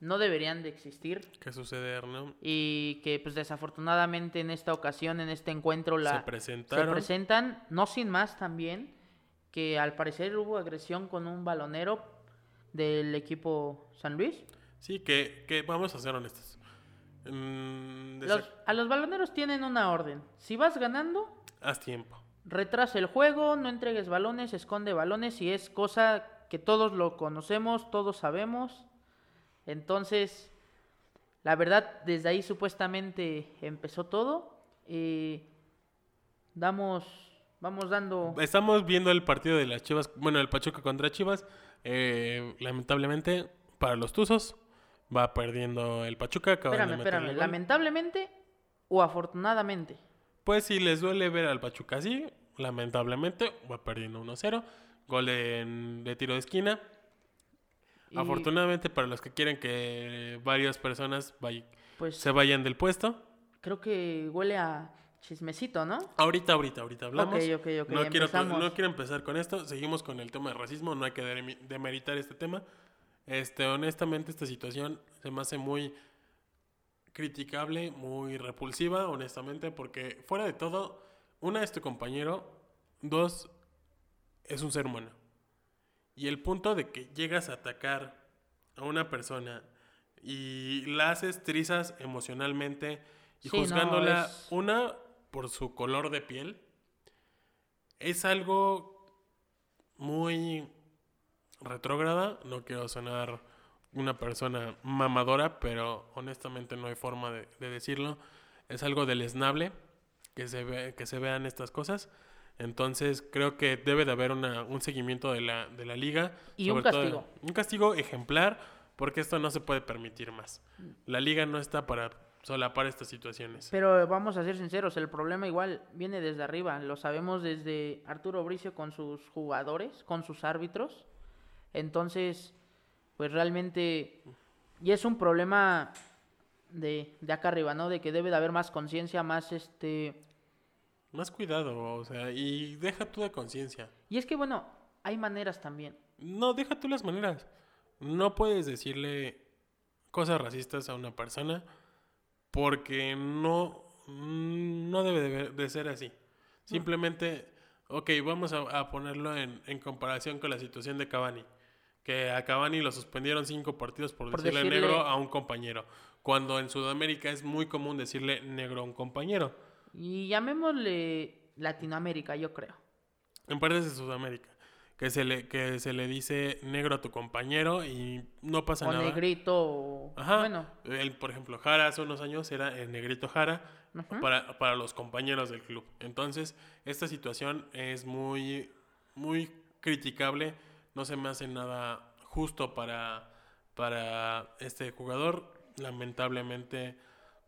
C: no deberían de existir
A: que suceder, ¿no?
C: y que pues desafortunadamente en esta ocasión, en este encuentro, la,
A: se presentaron.
C: se presentan, no sin más también, que al parecer hubo agresión con un balonero del equipo San Luis.
A: Sí, que, que vamos a ser honestos. Mm, de
C: Los-
A: sac-
C: a los baloneros tienen una orden. Si vas ganando,
A: Haz tiempo.
C: retrasa el juego, no entregues balones, esconde balones y es cosa que todos lo conocemos, todos sabemos. Entonces, la verdad, desde ahí supuestamente empezó todo. Eh, damos, vamos dando...
A: Estamos viendo el partido de las Chivas, bueno, el Pachuca contra Chivas. Eh, lamentablemente, para los Tuzos, va perdiendo el Pachuca. acaban de
C: Espérame,
A: meterle
C: espérame.
A: gol.
C: Lamentablemente o afortunadamente.
A: Pues si les duele ver al Pachuca así, lamentablemente va perdiendo 1-0. Gol de, de tiro de esquina.
C: Y,
A: Afortunadamente para los que quieren que varias personas vay-
C: Pues
A: se vayan del puesto.
C: creo que huele a chismecito, ¿no?
A: Ahorita, ahorita, ahorita hablamos.
C: Ok, ok, ok,
A: No, quiero,
C: empezamos.
A: no quiero empezar con esto. Seguimos con el tema de racismo. No hay que deremi- demeritar este tema. Este, honestamente, esta situación se me hace muy criticable, muy repulsiva, honestamente, porque fuera de todo, una es tu compañero, dos es un ser humano. Y el punto de que llegas a atacar a una persona y la haces trizas emocionalmente y
C: Sí, no,
A: juzgándola,
C: es-
A: una, por su color de piel, es algo muy retrógrada. No quiero sonar una persona mamadora, pero honestamente no hay forma de, de decirlo. Es algo deleznable que se, ve, que se vean estas cosas. Entonces creo que debe de haber una- un seguimiento de la, de la liga.
C: Y un
A: sobre todo-
C: castigo.
A: un castigo ejemplar, porque esto no se puede permitir más.
C: Mm.
A: La liga no está para solapar estas situaciones.
C: Pero vamos a ser sinceros, el problema igual viene desde arriba. Lo sabemos desde Arturo Bricio con sus jugadores, con sus árbitros. Entonces, pues realmente... Y es un problema de, de acá arriba, ¿no? De que debe de haber más conciencia, más este...
A: Más cuidado, o sea, y deja tú de conciencia.
C: Y es que, bueno, hay maneras también.
A: No, deja tú las maneras. No puedes decirle cosas racistas a una persona porque no, no debe de, de ser así. Simplemente, ok, vamos a, a ponerlo en, en comparación con la situación de Cavani. Que a Cavani lo suspendieron cinco partidos por,
C: Por
A: decirle,
C: decirle-
A: negro a un compañero. Cuando en Sudamérica es muy común decirle negro a un compañero.
C: Y llamémosle Latinoamérica, yo creo.
A: En partes de Sudamérica. Que se le, que se le dice negro a tu compañero y no pasa
C: o
A: nada.
C: negrito, o...
A: Ajá.
C: Bueno,
A: Él, por ejemplo, Jara hace unos años era el negrito Jara
C: Ujú.
A: para, para los compañeros del club. Entonces, esta situación es muy, muy criticable. No se me hace nada justo para, para este jugador. Lamentablemente,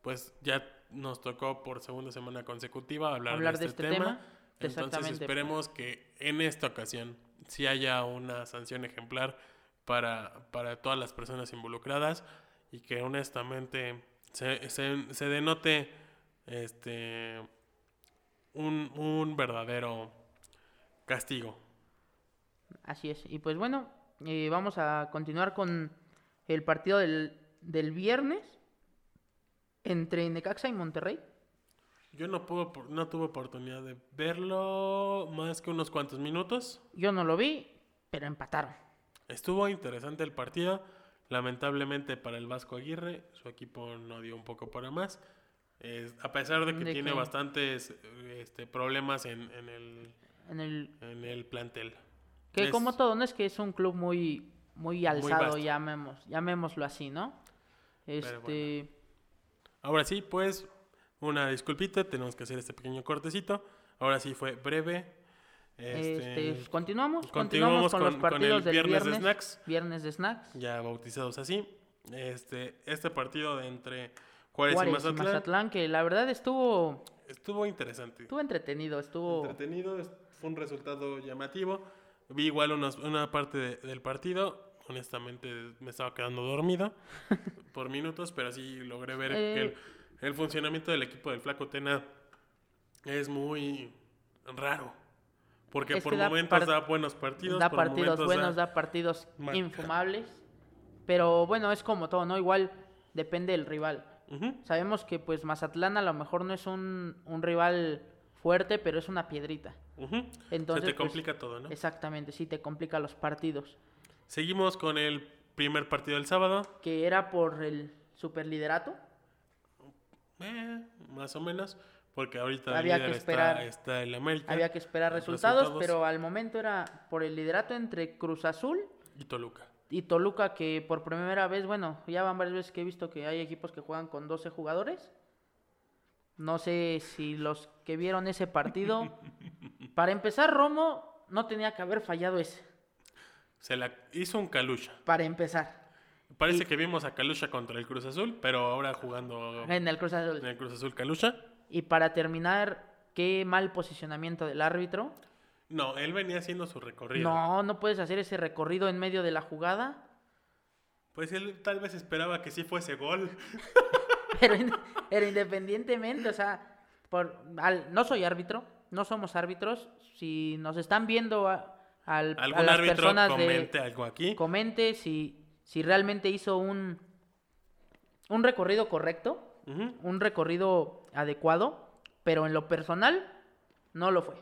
A: pues ya nos tocó por segunda semana consecutiva hablar,
C: Hablar
A: de este, tema. Entonces,
C: exactamente.
A: esperemos que en esta ocasión sí haya una sanción ejemplar para, para todas las personas involucradas y que honestamente se, se- se denote este un, un verdadero castigo.
C: Así es. Y pues bueno, eh, vamos a continuar con el partido del, del viernes entre Necaxa y Monterrey.
A: Yo no, puedo, no tuve oportunidad de verlo más que unos cuantos minutos.
C: Yo no lo vi, pero empataron.
A: Estuvo interesante el partido. Lamentablemente para el Vasco Aguirre, su equipo no dio un poco para más. Es- a pesar de que
C: ¿De
A: tiene
C: qué?
A: bastantes eh, este, problemas en, en el,
C: En el
A: en el plantel.
C: que
A: Es-
C: como todo no es que es un club muy muy alzado,
A: vasto.
C: llamemos, llamémoslo así, ¿no?
A: Pero bueno.
C: Este,
A: Ahora sí, pues, una disculpita, tenemos que hacer este pequeño cortecito. Ahora sí fue breve. Este,
C: este, continuamos,
A: continuamos
C: continuamos con, los
A: con- con el
C: partidos del
A: viernes
C: viernes,
A: de snacks.
C: viernes de snacks.
A: Ya bautizados así. Este, este partido de entre Juárez, y
C: Juárez y
A: Mazatlán
C: Mazatlán, que la verdad estuvo
A: estuvo interesante.
C: estuvo entretenido, estuvo
A: entretenido, es- fue un resultado llamativo. Vi igual unas- una parte de- del partido, honestamente me estaba quedando dormido por minutos, pero sí logré ver que el,
C: Eh.
A: el funcionamiento del equipo del Flaco Tena es muy raro. Porque
C: Es que
A: por
C: da
A: momentos
C: par-
A: da buenos partidos,
C: da
A: por
C: partidos
A: momentos
C: buenos,
A: da-
C: da partidos
A: Mal.
C: infumables. Pero bueno, es como todo, ¿no? Igual depende del rival.
A: Ujú.
C: Sabemos que pues Mazatlán a lo mejor no es un, un rival fuerte, pero es una piedrita.
A: Ujú.
C: Entonces,
A: Se te
C: pues,
A: complica todo, ¿no?
C: Exactamente, sí, te complica los partidos.
A: Seguimos con el primer partido del sábado.
C: Que era por el superliderato.
A: Eh, más o menos. Porque ahorita el
C: Había que
A: líder está-
C: esperar.
A: Está, el América
C: Había que esperar
A: Los
C: resultados,
A: resultados.
C: pero al momento era por el liderato entre Cruz Azul
A: y Toluca.
C: y Toluca, que por primera vez, bueno, ya van varias veces que he visto que hay equipos que juegan con 12 jugadores. No sé si los que vieron ese partido. Para empezar, Romo no tenía que haber fallado ese.
A: Se la hizo un Calucha.
C: Para empezar,
A: Parece que vimos a Calucha contra el Cruz Azul, pero ahora jugando en
C: en el Cruz Azul.
A: el Cruz Azul Calucha.
C: Y para terminar, qué mal posicionamiento del árbitro.
A: No, él venía haciendo su recorrido.
C: No, no puedes hacer ese recorrido en medio de la jugada.
A: Pues él tal vez esperaba que sí fuese gol.
C: Pero, in- pero independientemente, o sea, por, al- no soy árbitro, no somos árbitros. Si nos están viendo a, al, a
A: Algún
C: las
A: árbitro
C: personas
A: comente
C: de,
A: algo aquí.
C: comente si, si realmente hizo un, un recorrido correcto,
A: Ujú.
C: un recorrido adecuado, pero en lo personal no lo fue.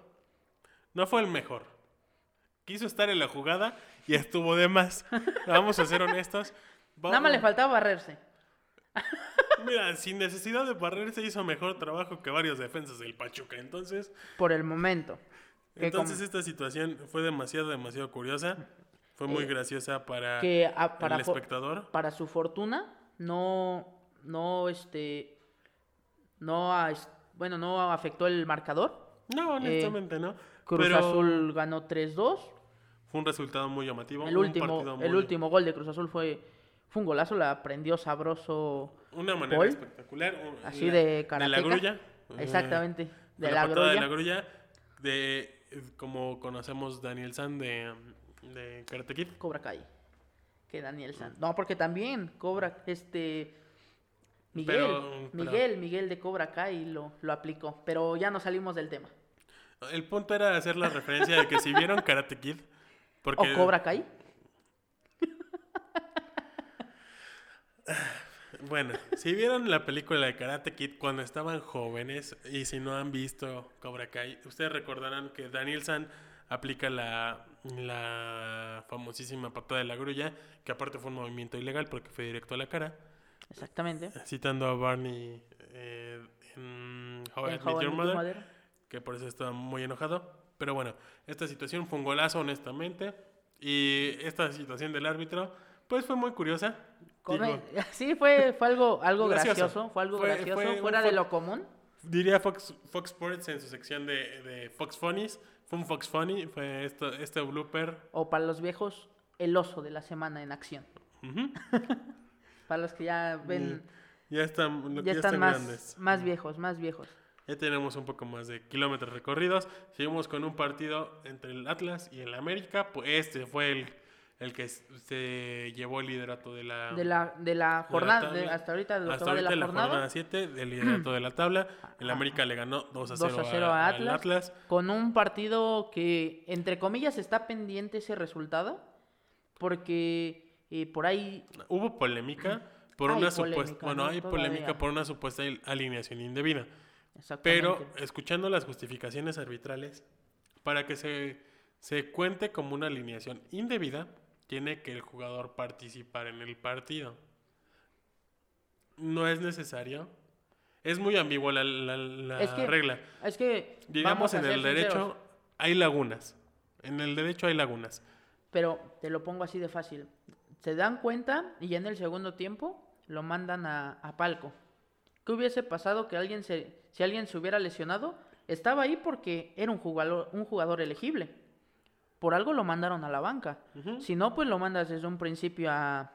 A: No fue el mejor. Quiso estar en la jugada y estuvo de más. Vamos a ser honestos.
C: Nada más le
A: Vamos-
C: faltaba barrerse.
A: Mira, sin necesidad de barrer se hizo mejor trabajo que varios defensas del Pachuca. Entonces,
C: por el momento. Que, com-
A: entonces esta situación fue demasiado, demasiado curiosa. Fue muy
C: Eh,
A: graciosa para
C: que, ah, para,
A: el
C: fo-
A: espectador.
C: para su fortuna no no este no a- es- bueno no afectó el marcador.
A: No, honestamente no.
C: eh, Cruz
A: Pero
C: Azul ganó 3-2.
A: fue un resultado muy llamativo.
C: El
A: un
C: último
A: partido
C: el
A: muy-
C: último gol de Cruz Azul fue fue un golazo, la prendió sabroso
A: Una manera
C: Paul,
A: espectacular. un-
C: así
A: la-
C: de karateka.
A: De la grulla.
C: Exactamente,
A: De
C: de
A: la,
C: la,
A: patada de
C: grulla.
A: la grulla. De, eh, como conocemos Daniel San de, de Karate Kid.
C: Cobra Kai. Que Daniel San. No, porque también Cobra este Miguel,
A: Pero- pero-
C: Miguel, Miguel de Cobra Kai lo, lo aplicó, pero ya no salimos del tema.
A: El punto era hacer la referencia de que si vieron Karate Kid. Porque
C: ¿O Cobra Kai?
A: Bueno, si vieron la película de Karate Kid cuando estaban jóvenes y si no han visto Cobra Kai, ustedes recordarán que Daniel San aplica la, la famosísima patada de la grulla, que aparte fue un movimiento ilegal porque fue directo a la cara,
C: Exactamente.
A: Eh, citando a Barney eh, en How I
C: En
A: Met
C: How
A: Your
C: I Met Your
A: Mother,
C: Mother.
A: que por eso estaba muy enojado. Pero bueno, esta situación fue un golazo, honestamente, y esta situación del árbitro, pues fue muy curiosa. Digo,
C: Corre- Sí, fue, fue algo, algo
A: Gracioso.
C: gracioso. Fue algo
A: Fue-
C: gracioso.
A: fue un
C: fuera de
A: fo-
C: lo común.
A: Diría Fox, Fox Sports en su sección de, de Fox Funnies. Fue un Fox Funny, fue esto, este blooper.
C: O para los viejos, el oso de la semana en acción.
A: Ujú.
C: Para los que ya ven,
A: Mm, Ya están, lo que
C: ya están más,
A: grandes. Mm.
C: más viejos, más viejos.
A: Ya tenemos un poco más de kilómetros recorridos. Seguimos con un partido entre el Atlas y el América. Pues este fue el, el que s- se llevó el liderato de la,
C: De la, de la
A: de la
C: jornada, de-
A: tabla.
C: hasta ahorita de lo
A: Hasta
C: que va de
A: ahorita
C: la
A: en
C: jornada,
A: jornada 7, el liderato de la tabla. El
C: Ah.
A: América le ganó 2 a 0,
C: 2 a 0 a
A: al
C: Atlas, con un partido que, entre comillas, está pendiente ese resultado, porque eh, por ahí
A: Hubo polémica por
C: Hay
A: una
C: polémica,
A: supuesta, bueno,
C: ¿no?
A: hay
C: Todavía.
A: polémica por una supuesta il- alineación indebida,
C: Exactamente.
A: pero eh, escuchando las justificaciones arbitrales para que se se cuente como una alineación indebida, tiene que el jugador participar en el partido. No es necesario. Es muy ambigua la, la- la
C: Es que-
A: regla.
C: es que
A: Digamos
C: vamos a
A: en
C: ser
A: el derecho
C: sinceros,
A: hay lagunas. En el derecho hay lagunas.
C: pero te lo pongo así de fácil. Se dan cuenta y ya en el segundo tiempo lo mandan a, a palco. ¿Qué hubiese pasado que alguien se, si alguien se hubiera lesionado? Estaba ahí porque era un jugador, un jugador elegible. Por algo lo mandaron a la banca.
A: Ujú.
C: Si no, pues lo mandas desde un principio a,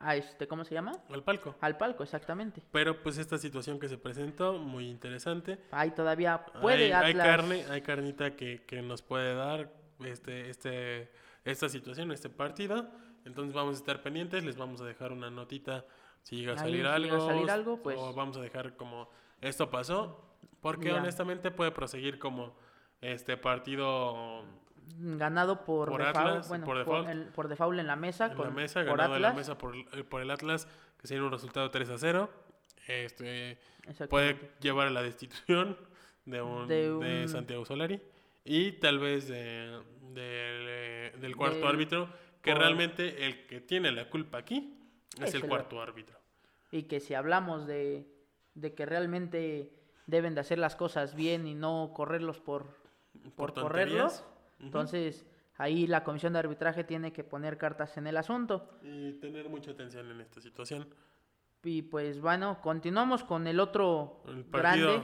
C: a este, ¿cómo se llama?
A: Al palco.
C: Al palco, exactamente.
A: Pero pues esta situación que se presentó, muy interesante.
C: Ahí todavía puede
A: hay, hay
C: Atlas-
A: carne, hay carnita que, que nos puede dar este, este, esta situación, este partido. Entonces vamos a estar pendientes, les vamos a dejar una notita si llega a
C: Ahí,
A: salir
C: si llega a
A: algo.
C: salir algo, pues.
A: O vamos a dejar como esto pasó. Porque
C: Ya.
A: honestamente puede proseguir como este partido
C: ganado por,
A: Por
C: default,
A: Atlas,
C: bueno,
A: por
C: por,
A: default.
C: el- por default en la mesa,
A: en
C: con-
A: la mesa,
C: por
A: ganado en la
C: Atlas.
A: mesa por, el- por el Atlas, que sería un resultado 3 a 0. Este,
C: Exactamente.
A: puede llevar a la destitución de, un, de,
C: De un-
A: Santiago Solari y tal vez de- de- eh, del cuarto
C: Del-
A: árbitro, que
C: por-
A: realmente el que tiene la culpa aquí es,
C: Es
A: el
C: el-
A: cuarto árbitro.
C: Y que si hablamos de, de que realmente deben de hacer las cosas bien y no correrlos por, por, correrlos,
A: tonterías.
C: entonces ahí la comisión de arbitraje tiene que poner cartas en el asunto.
A: Y tener mucha atención en esta situación.
C: Y pues bueno, continuamos con el otro
A: El partido.
C: grande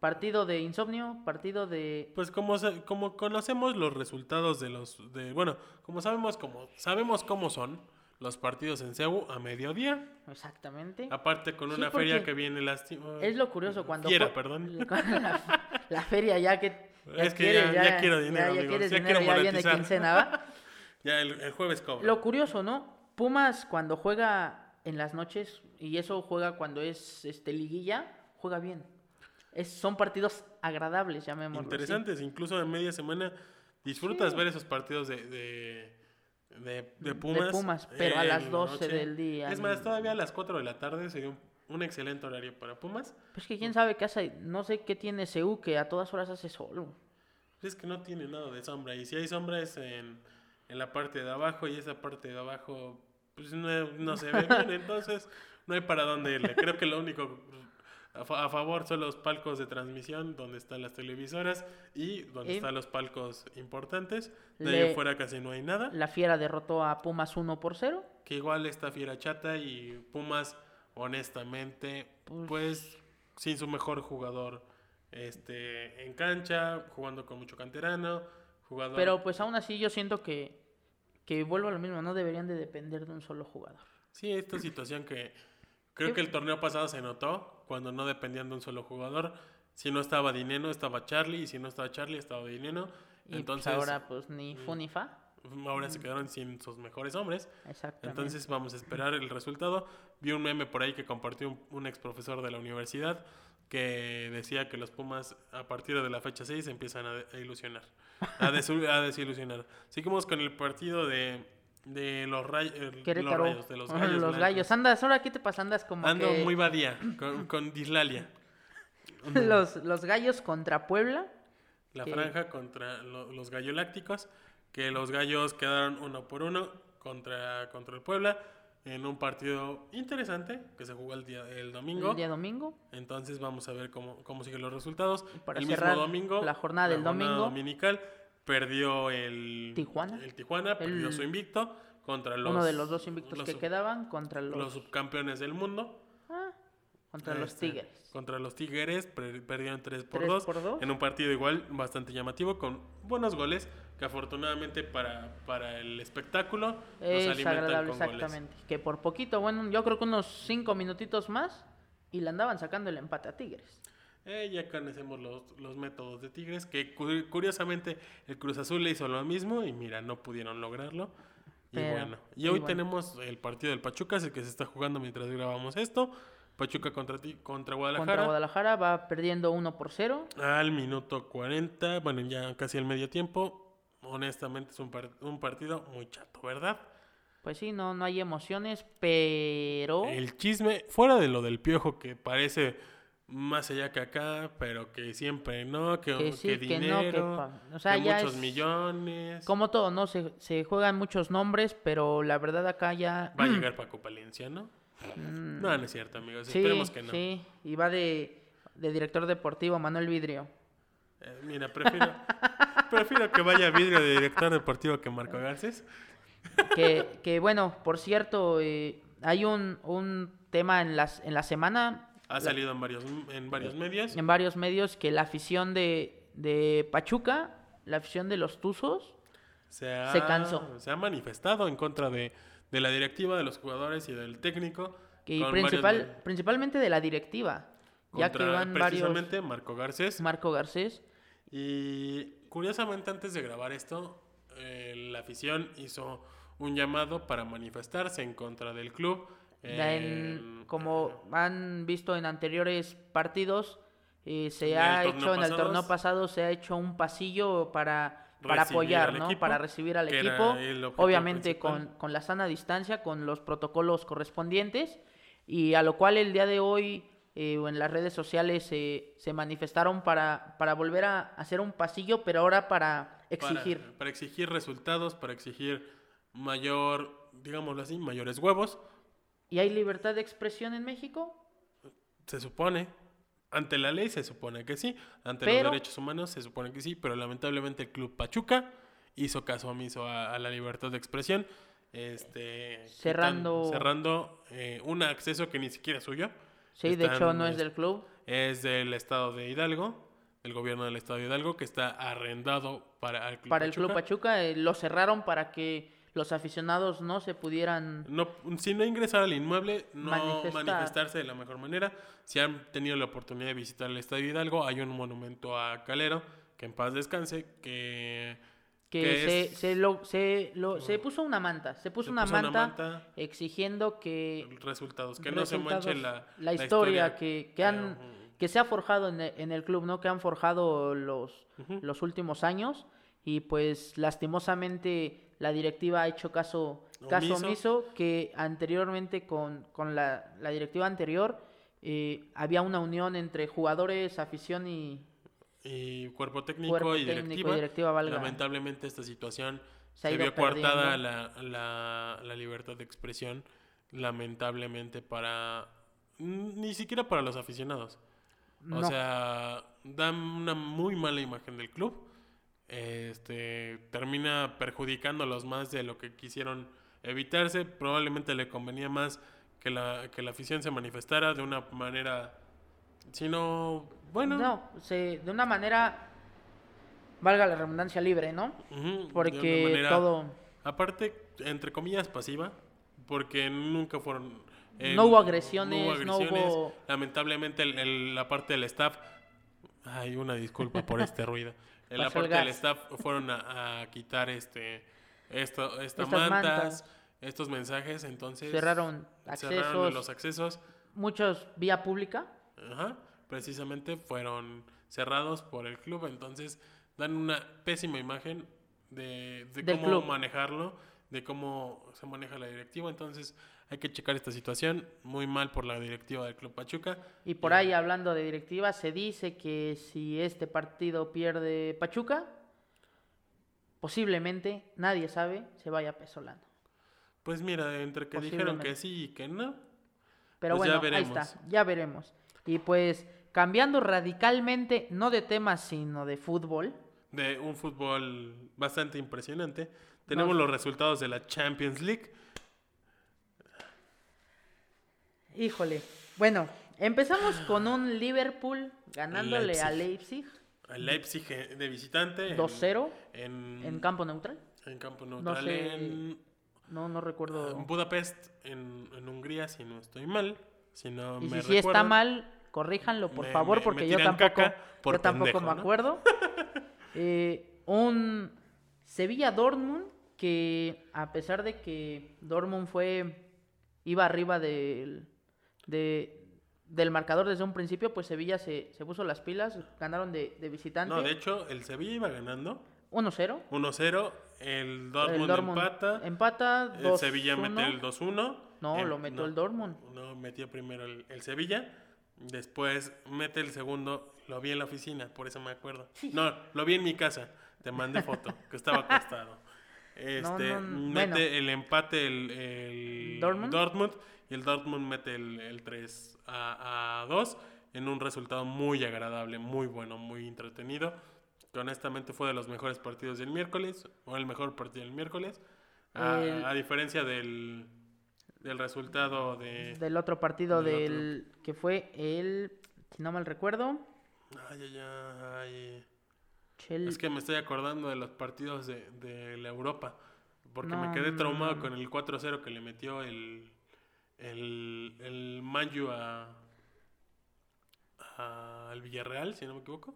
C: partido de insomnio, partido de...
A: Pues como, se- como conocemos los resultados de los... De, bueno, como sabemos cómo, sabemos cómo son los partidos en Cebu a mediodía.
C: Exactamente.
A: Aparte con
C: Sí,
A: una feria
C: porque
A: que viene lástima.
C: Es lo curioso cuando...
A: Fiera,
C: jue-
A: perdón.
C: La, la feria ya que...
A: Es que ya- ya quiero dinero,
C: ya,
A: amigo,
C: quieres
A: ya
C: dinero,
A: quiero
C: ya viene
A: monetizar.
C: quincena, ¿va?
A: Ya el, el jueves cobra.
C: Lo curioso, ¿no? Pumas cuando juega en las noches, y eso juega cuando es este liguilla, juega bien. Es, son partidos agradables, llamémoslo. así.
A: Interesantes, incluso en media semana disfrutas ver esos partidos de, de, de, de Pumas.
C: Pumas, pero a
A: en
C: las
A: la
C: 12
A: noche.
C: del día,
A: Es
C: no.
A: más, todavía a las 4 de la tarde sería un, un excelente horario para Pumas.
C: Pues que quién sabe qué hace, no sé qué tiene CU que a todas horas hace solo.
A: Es que no tiene nada de sombra. Y si hay sombra es en, en la parte de abajo y esa parte de abajo pues no, no se ve bien. Entonces no hay para dónde irle. Creo que lo único a, fa- a favor son los palcos de transmisión donde están las televisoras y donde
C: Y-
A: están los palcos importantes. De ahí
C: Le-
A: en fuera casi no hay nada.
C: La fiera derrotó a Pumas 1 por 0.
A: Que igual esta fiera chata y Pumas, honestamente, pues,
C: Pues-
A: sin su mejor jugador este, en cancha, jugando con mucho canterano, jugador...
C: Pero pues aún así yo siento que, que vuelvo a lo mismo, no deberían de depender de un solo jugador.
A: Sí, esta situación que creo
C: ¿Qué?
A: que el torneo pasado se notó, cuando no dependían de un solo jugador. Si no estaba Dineno, estaba Charlie, y si no estaba Charlie, estaba Dineno.
C: Y
A: Entonces, mm.
C: pues
A: ahora...
C: ahora pues ni fu ni fa.
A: se quedaron sin sus mejores hombres.
C: Exactamente.
A: Entonces vamos a esperar el resultado. Vi un meme por ahí que compartió un, un ex profesor de la universidad que decía que los Pumas a partir de la fecha 6 empiezan a, de- a ilusionar, a, desu- a desilusionar. Seguimos con el partido de, de los, ray- eh, los
C: Querétaro.
A: rayos, de los
C: Ajá,
A: gallos.
C: los
A: blancos.
C: gallos. Andas, ahora qué te pasa, andas como
A: Ando
C: que...
A: muy badía, con, con dislalia.
C: los, los gallos contra Puebla.
A: La
C: que-
A: franja contra lo- los gallolácticos, que los gallos quedaron uno por uno contra, contra el Puebla en un partido interesante que se jugó el, día, el domingo.
C: El día domingo.
A: Entonces vamos a ver cómo, cómo siguen los resultados.
C: para
A: el mismo
C: cerrar
A: domingo.
C: la jornada del domingo.
A: dominical perdió el
C: Tijuana.
A: El Tijuana perdió su invicto contra los
C: uno de los dos invictos
A: los
C: que
A: sub-
C: quedaban contra los,
A: los subcampeones del mundo.
C: ah, contra los
A: Este,
C: Tigres.
A: Contra los Tigres per- perdieron 3 por
C: Tres
A: 2
C: por dos.
A: en un partido igual bastante llamativo con buenos goles que afortunadamente para, para el espectáculo
C: es
A: nos alimentan
C: agradable,
A: con goles.
C: exactamente. Que por poquito, bueno, yo creo que unos cinco minutitos más y le andaban sacando el empate a Tigres.
A: Eh, ya conocemos los, los métodos de Tigres, que cu- curiosamente el Cruz Azul le hizo lo mismo y mira, no pudieron lograrlo. Y
C: Pero,
A: bueno, y
C: y
A: hoy
C: bueno.
A: tenemos el partido del Pachuca, es el que se está jugando mientras grabamos esto. Pachuca contra, ti- contra Guadalajara.
C: Contra Guadalajara va perdiendo uno por cero.
A: Al minuto 40, bueno, ya casi al medio tiempo. Honestamente es un, par- un partido muy chato, ¿verdad?
C: Pues sí, no, no hay emociones, pero
A: El chisme, fuera de lo del piojo que parece más allá que acá, pero que siempre no, que,
C: Que
A: que
C: sí, que no,
A: dinero,
C: que
A: que,
C: pa- o sea, ya
A: muchos
C: es-
A: millones.
C: como todo, ¿no? Se, se juegan muchos nombres, pero la verdad acá ya...
A: Va a llegar Paco Palencia, ¿no? No, no es cierto, amigos. Pues Esperemos que no.
C: Mm. Sí, y va de, de director deportivo Manuel Vidrio.
A: Eh, mira, prefiero, prefiero que vaya vidrio de director deportivo que Marco Garcés.
C: Que, que, bueno, por cierto, eh, hay un, un tema en, las, en la semana
A: Ha salido en varios, en varios medios.
C: en varios medios que la afición de, de Pachuca, la afición de los Tuzos,
A: se, ha,
C: Se cansó.
A: se ha manifestado en contra de, de la directiva, de los jugadores y del técnico.
C: que
A: con varios
C: principal,
A: de-
C: principalmente de la directiva, ya que
A: contra
C: van varios...
A: precisamente Marco Garcés.
C: Marco Garcés,
A: y curiosamente antes de grabar esto, eh, la afición hizo un llamado para manifestarse en contra del club. em,
C: la- en-
A: en-
C: como han visto en anteriores partidos, eh, se
A: En el
C: ha
A: torneo
C: hecho en el
A: pasado.
C: torneo pasado, se ha hecho un pasillo para para
A: Recibir
C: apoyar,
A: al
C: ¿no?
A: equipo,
C: para recibir al
A: que era
C: equipo,
A: el objetivo
C: obviamente con,
A: principal.
C: con la sana distancia, con los protocolos correspondientes, y a lo cual el día de hoy eh, en las redes sociales eh, se manifestaron para, para volver a hacer un pasillo, pero ahora para
A: para-
C: exigir.
A: Para, exigir resultados, para exigir mayor, digámoslo así, mayores huevos,
C: ¿Y hay libertad de expresión en México?
A: se supone. Ante la ley se supone que sí, ante
C: Pero-
A: los derechos humanos se supone que sí, pero lamentablemente el club Pachuca hizo caso omiso a, a la libertad de expresión, este, quitan-
C: Cerrando-
A: cerrando eh, un acceso que ni siquiera es suyo,
C: Sí, de
A: Están,
C: hecho no es
A: es-
C: del club.
A: es del estado de Hidalgo, el gobierno del estado de Hidalgo que está arrendado para, al club
C: Para el
A: Pachuca.
C: Club Pachuca eh, lo cerraron para que los aficionados no se pudieran...
A: No, si no ingresar al inmueble, no
C: Manifestar.
A: manifestarse de la mejor manera. Si han tenido la oportunidad de visitar el Estadio Hidalgo, hay un monumento a Calero, que en paz descanse, que...
C: que
A: que
C: se,
A: es-
C: se, lo, se, lo- se puso una manta, se puso,
A: se
C: una,
A: puso
C: manta exigiendo que
A: resultados, que no se
C: resultados-
A: manche la,
C: la historia,
A: que...
C: que, que han
A: Claro, ujú.
C: que se ha forjado en el, en el club, ¿no? Que han forjado los,
A: Ujú.
C: los últimos años y pues lastimosamente la directiva ha hecho caso caso
A: Omiso.
C: omiso que anteriormente con, con la, la directiva anterior eh, había una unión entre jugadores, afición y
A: Y cuerpo técnico,
C: Cuerpo
A: y,
C: técnico y
A: directiva.
C: directiva, valga.
A: Lamentablemente esta situación
C: Se ha
A: se,
C: ido
A: vio coartada la, la- la libertad de expresión, lamentablemente para... Ni siquiera para los aficionados. O
C: no.
A: sea, da una muy mala imagen del club. Este termina perjudicándolos más de lo que quisieron evitarse. Probablemente le convenía más que la, que la afición se manifestara de una manera. Si no, bueno.
C: No, se, de una manera, valga la redundancia, libre, ¿no?
A: ujú, de una
C: Porque
A: manera-
C: todo...
A: Aparte, entre comillas, pasiva, porque nunca fueron... eh,
C: No hubo agresiones, no hubo-
A: Lamentablemente, el- el- la parte del staff... Hay una disculpa por este ruido. En la
C: Pasó el
A: parte del
C: gas.
A: staff fueron a, a quitar este, esto, estas
C: Estas
A: mantas,
C: mantas.
A: estos mensajes, entonces...
C: Cerraron
A: cerraron
C: accesos.
A: los accesos.
C: muchos vía pública.
A: Ajá, precisamente fueron cerrados por el club, entonces dan una pésima imagen de, de
C: Del
A: cómo
C: club.
A: manejarlo, de cómo se maneja la directiva, entonces hay que checar esta situación, muy mal por la directiva del Club Pachuca.
C: Y por ahí, hablando de directivas, se dice que si este partido pierde Pachuca, posiblemente, nadie sabe, se vaya pesolando.
A: Pues mira, entre que dijeron que
C: Posiblemente.
A: sí y que no,
C: Pero
A: Pues ya
C: bueno, ahí está,
A: veremos.
C: ya veremos. Y pues, cambiando radicalmente, no de temas, sino de fútbol.
A: de un fútbol bastante impresionante, tenemos
C: Nos-
A: los resultados de la Champions League.
C: Híjole. Bueno, empezamos con un Liverpool ganándole a Leipzig
A: El Leipzig eh, de visitante. en-
C: 2-0
A: En,
C: en campo neutral.
A: en campo neutral.
C: sé.
A: en-
C: No, no recuerdo.
A: Ah, En Budapest, en, en Hungría, si no estoy mal. Si no me
C: Y si, sí está
A: recuerdan,
C: mal, corríjanlo, por
A: Me-
C: favor,
A: me- me
C: porque yo
A: tiran
C: tampoco,
A: caca por
C: yo tampoco
A: pendejo,
C: me
A: ¿no?
C: acuerdo. Eh, un Sevilla-Dortmund que, a pesar de que Dortmund fue, iba arriba del, de- del marcador desde un principio, pues Sevilla se, se puso las pilas, ganaron de, de visitante
A: No, de hecho, el Sevilla iba ganando
C: 1-0.
A: 1-0. El Dortmund,
C: El Dortmund
A: empata.
C: empata
A: el Sevilla
C: 2-1.
A: metió el 2-1.
C: No,
A: em-
C: lo metió
A: no,
C: el Dortmund.
A: No, metió primero el, el Sevilla. Después mete el segundo. Lo vi en la oficina, por eso me acuerdo. No, lo vi en mi casa. Te mandé foto, que estaba acostado. Este,
C: no, no,
A: mete
C: bueno.
A: el empate el, el
C: ¿Dortmund?
A: y el Dortmund mete el, el 3 a, a 2 en un resultado muy agradable, muy bueno, muy entretenido. Que honestamente fue de los mejores partidos del miércoles, o el mejor partido del miércoles. A,
C: El-
A: a diferencia del, del resultado de...
C: del otro partido
A: del
C: del que fue el si no mal recuerdo
A: Ay, ay, ay.
C: Chel-
A: Es que me estoy acordando de los partidos de, de la Europa. Porque
C: No,
A: me quedé
C: no,
A: traumado
C: no.
A: con el 4-0 que le metió el, el, el Manju a, a- al Villarreal, si no me equivoco.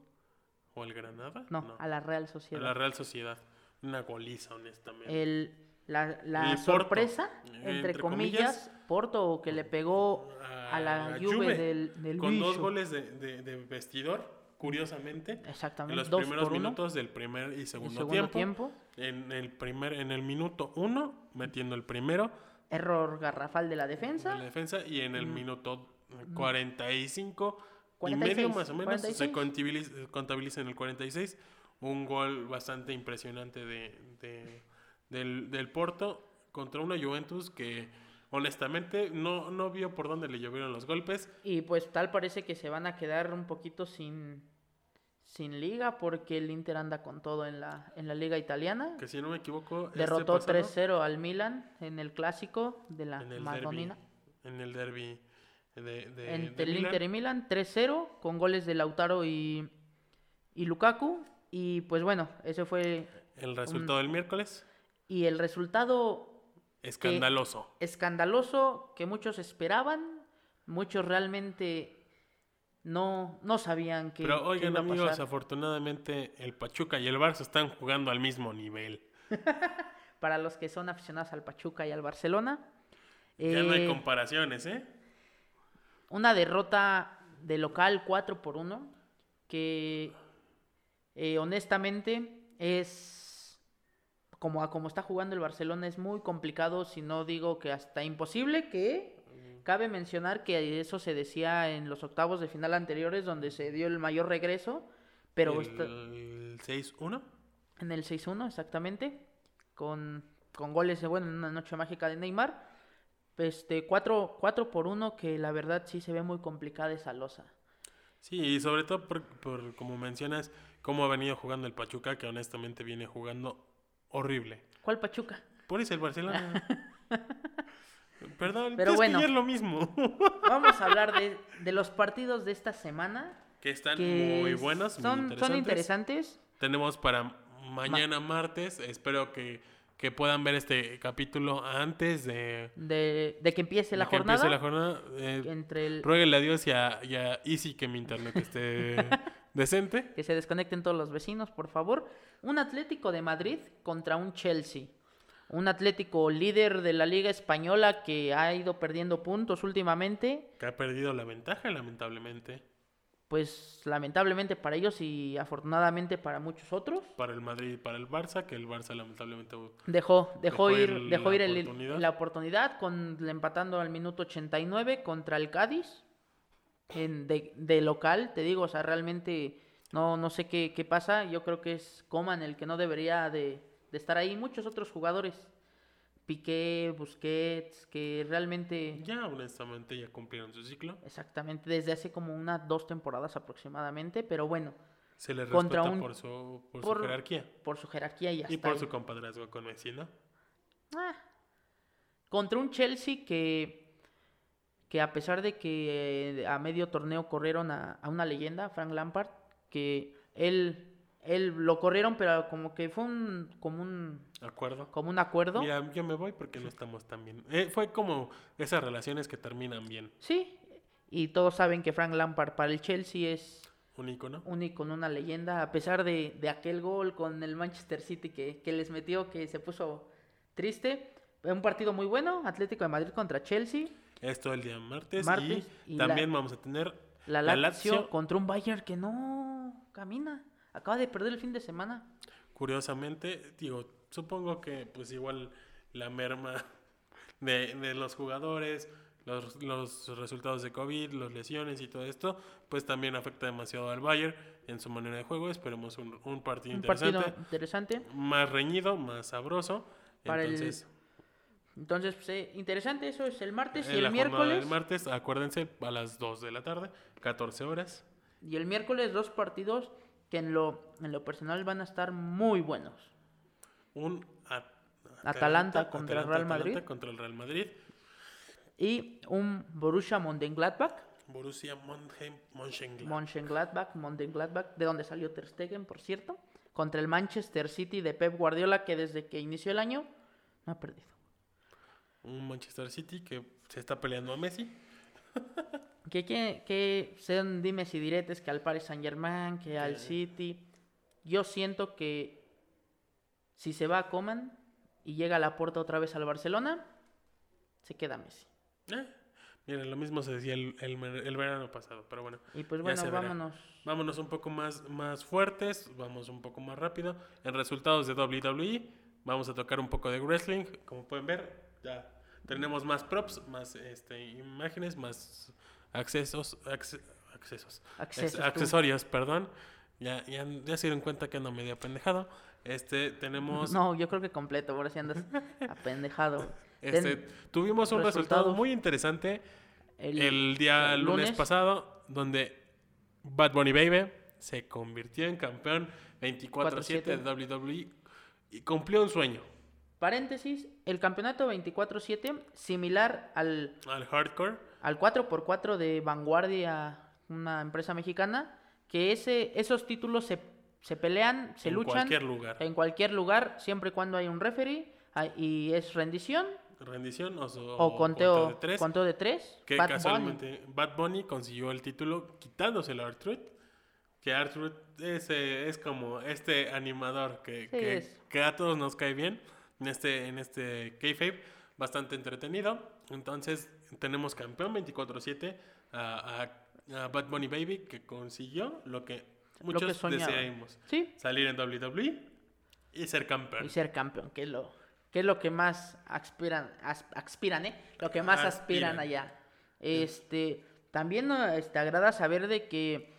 A: O al Granada.
C: no, a la Real
A: a
C: Sociedad
A: la Real Sociedad. Una goliza, honestamente.
C: el la, la
A: El Porto,
C: sorpresa
A: eh,
C: entre,
A: entre
C: comillas, Porto que le pegó a la Juve del, del
A: Con dos
C: bicho.
A: goles de, de- de vestidor. curiosamente. En
C: Exactamente.
A: los
C: dos
A: primeros
C: por uno.
A: minutos del primer y
C: El
A: segundo,
C: segundo
A: tiempo,
C: tiempo.
A: En el primer, en el minuto uno, metiendo el primero
C: Error garrafal de la defensa. Mm.
A: en la defensa, y en el minuto 45 y
C: 46,
A: medio más o menos
C: 46.
A: se contabiliza, contabiliza en el 46 un gol bastante impresionante de, de- del, del Porto contra una Juventus que honestamente no, no vio por dónde le llovieron los golpes.
C: Y pues tal parece que se van a quedar un poquito sin, sin liga porque el Inter anda con todo en la, en la liga italiana.
A: Que si no me equivoco, este
C: Derrotó
A: pasado-
C: 3-0 al Milan en el clásico de la
A: en el derbi,
C: Madonina.
A: en el derby de, de- de
C: Entre el
A: Milán.
C: Inter y Milan 3-0 con goles de Lautaro y, y Lukaku. Y pues bueno, ese fue...
A: El
C: Mm.
A: resultado del miércoles,
C: Y el resultado
A: escandaloso.
C: escandaloso que muchos esperaban, muchos realmente no, no sabían que...
A: Pero
C: que
A: oigan
C: iba a
A: amigos,
C: pasar.
A: afortunadamente el Pachuca y el Barça están jugando al mismo nivel.
C: para los que son aficionados al Pachuca y al Barcelona.
A: Ya no hay
C: Eh,
A: comparaciones, ¿eh?
C: una derrota de local 4 por 1 que eh, honestamente es como a como está jugando el Barcelona es muy complicado, si no digo que hasta imposible que cabe mencionar que eso se decía en los octavos de final anteriores donde se dio el mayor regreso, pero está-
A: el 6-1.
C: en el 6-1, exactamente. Con, con goles de, bueno, en una noche mágica de Neymar. Este, 4, por 1, que la verdad sí se ve muy complicada esa losa.
A: Sí, y sobre todo por, por, como mencionas, cómo ha venido jugando el Pachuca, que honestamente viene jugando horrible.
C: ¿Cuál Pachuca?
A: Por eso el Barcelona. Perdón,
C: Pero
A: es
C: bueno.
A: que ya es lo mismo.
C: Vamos a hablar de, de los partidos de esta semana.
A: que están
C: Que
A: muy buenos,
C: son,
A: muy
C: son
A: interesantes.
C: interesantes.
A: Tenemos para mañana martes. Espero que, que puedan ver este capítulo antes de,
C: De, de que empiece la
A: de que
C: jornada.
A: empiece la jornada. Eh,
C: Entre el,
A: ruéguenle a Dios y a, y a Easy que mi internet esté decente.
C: que se desconecten todos los vecinos, por favor. Un Atlético de Madrid contra un Chelsea. Un Atlético líder de la Liga Española que ha ido perdiendo puntos últimamente.
A: Que ha perdido la ventaja, lamentablemente,
C: Pues lamentablemente para ellos y afortunadamente para muchos otros.
A: para el Madrid y para el Barça, que el Barça lamentablemente...
C: Dejó, dejó,
A: Dejó
C: ir,
A: el-
C: dejó
A: la
C: ir el-
A: oportunidad.
C: la oportunidad con, empatando al minuto 89 contra el Cádiz en- de, de local, te digo, o sea, realmente no, no sé qué, qué pasa, yo creo que es Coman el que no debería de, de estar ahí, muchos otros jugadores, Piqué, Busquets, que realmente,
A: Ya honestamente ya cumplieron su ciclo.
C: exactamente, desde hace como unas dos temporadas aproximadamente, pero bueno,
A: Se les
C: Contra
A: respeta
C: un-
A: por, su, por,
C: por-
A: su jerarquía.
C: por su jerarquía y hasta
A: Y por
C: ahí.
A: su compadrazgo con Messi, ¿no?
C: Ah. Contra un Chelsea que, que a pesar de que eh, a medio torneo corrieron a, a una leyenda, Frank Lampard, que él, él lo corrieron, pero como que fue un, como un,
A: ¿De acuerdo?
C: como un acuerdo.
A: Mira, yo me voy porque no estamos tan bien. Eh, fue como esas relaciones que terminan bien.
C: Sí, y todos saben que Frank Lampard para el Chelsea es
A: Un icono.
C: un icono, una leyenda, a pesar de, de aquel gol con el Manchester City que, que les metió, que se puso triste. Un partido muy bueno, Atlético de Madrid contra Chelsea.
A: Esto el día martes.
C: Martes
A: y,
C: y la-
A: también vamos a tener
C: La Lazio, contra un Bayern que no camina. Acaba de perder el fin de semana.
A: Curiosamente, digo, supongo que pues igual la merma de, de los jugadores, los, los resultados de COVID, las lesiones y todo esto, pues también afecta demasiado al Bayern en su manera de juego. Esperemos un, un partido
C: Un
A: interesante.
C: partido interesante.
A: Más reñido, más sabroso.
C: Para el-
A: Entonces,
C: Entonces, pues, eh, interesante. Eso es el martes
A: en
C: y el
A: la jornada
C: miércoles.
A: del martes, acuérdense, a las 2 de la tarde, 14 horas.
C: Y el miércoles dos partidos que en lo, en lo personal van a estar muy buenos.
A: Un At-
C: Atalanta contra el Real
A: Atalanta
C: Madrid.
A: contra el Real Madrid.
C: Y un Borussia Mönchengladbach.
A: Borussia Mönchen- Mönchengladbach.
C: Mönchengladbach, Mönchengladbach, de donde salió Ter Stegen, por cierto. Contra el Manchester City de Pep Guardiola que desde que inició el año no ha perdido.
A: un Manchester City que se está peleando a Messi.
C: Que, que, que sean dimes y diretes, que al Paris Saint Germain, que al City. Yo siento que si se va a Coman y llega a la puerta otra vez al Barcelona, se queda Messi.
A: Eh, Miren, lo mismo se decía el, el, el verano pasado, pero bueno.
C: Y pues
A: Ya
C: bueno,
A: se verá.
C: vámonos.
A: Vámonos un poco más, más fuertes, vamos un poco más rápido. En resultados de WWE, vamos a tocar un poco de wrestling. Como pueden ver, ya tenemos más props, más este, imágenes, más accesos, acce- accesos,
C: Accesos,
A: Ex-
C: tú.
A: accesorios, perdón. Ya, ya, ya se dieron cuenta que ando medio apendejado. Este, tenemos,
C: No, yo creo que completo, ahora sí andas apendejado.
A: este,
C: Ten-
A: tuvimos un resultado
C: resultados.
A: muy interesante
C: el-
A: el, día
C: el
A: lunes,
C: lunes.
A: pasado, donde Bad Bunny Baby se convirtió en campeón 24-7 de WWE y cumplió un sueño
C: Paréntesis, el campeonato 24-7, similar al,
A: al hardcore.
C: al 4x4 de Vanguardia, una empresa mexicana, que ese, esos títulos se, se pelean, se
A: En
C: luchan
A: cualquier lugar.
C: en cualquier lugar, siempre y cuando hay un referee, ah, y es rendición
A: Rendición o, su-
C: o conteo,
A: de tres.
C: conteo de tres.
A: que
C: Bad Bunny.
A: casualmente Bad Bunny consiguió el título quitándoselo a Artruth. Que Artruth es, eh, es como este animador que, que-
C: es.
A: que a todos nos cae bien en este, en este kayfabe, bastante entretenido. Entonces tenemos campeón 24-7 a, a- a Bad Bunny Baby que consiguió lo que
C: Lo que
A: muchos
C: soñaba.
A: deseamos.
C: Sí,
A: Salir en WWE y ser campeón.
C: y ser campeón, que es lo, que es lo que más aspiran, as- aspiran, ¿eh? Lo que más
A: Aspiran.
C: aspiran allá. Este, también eh, te agrada saber de que,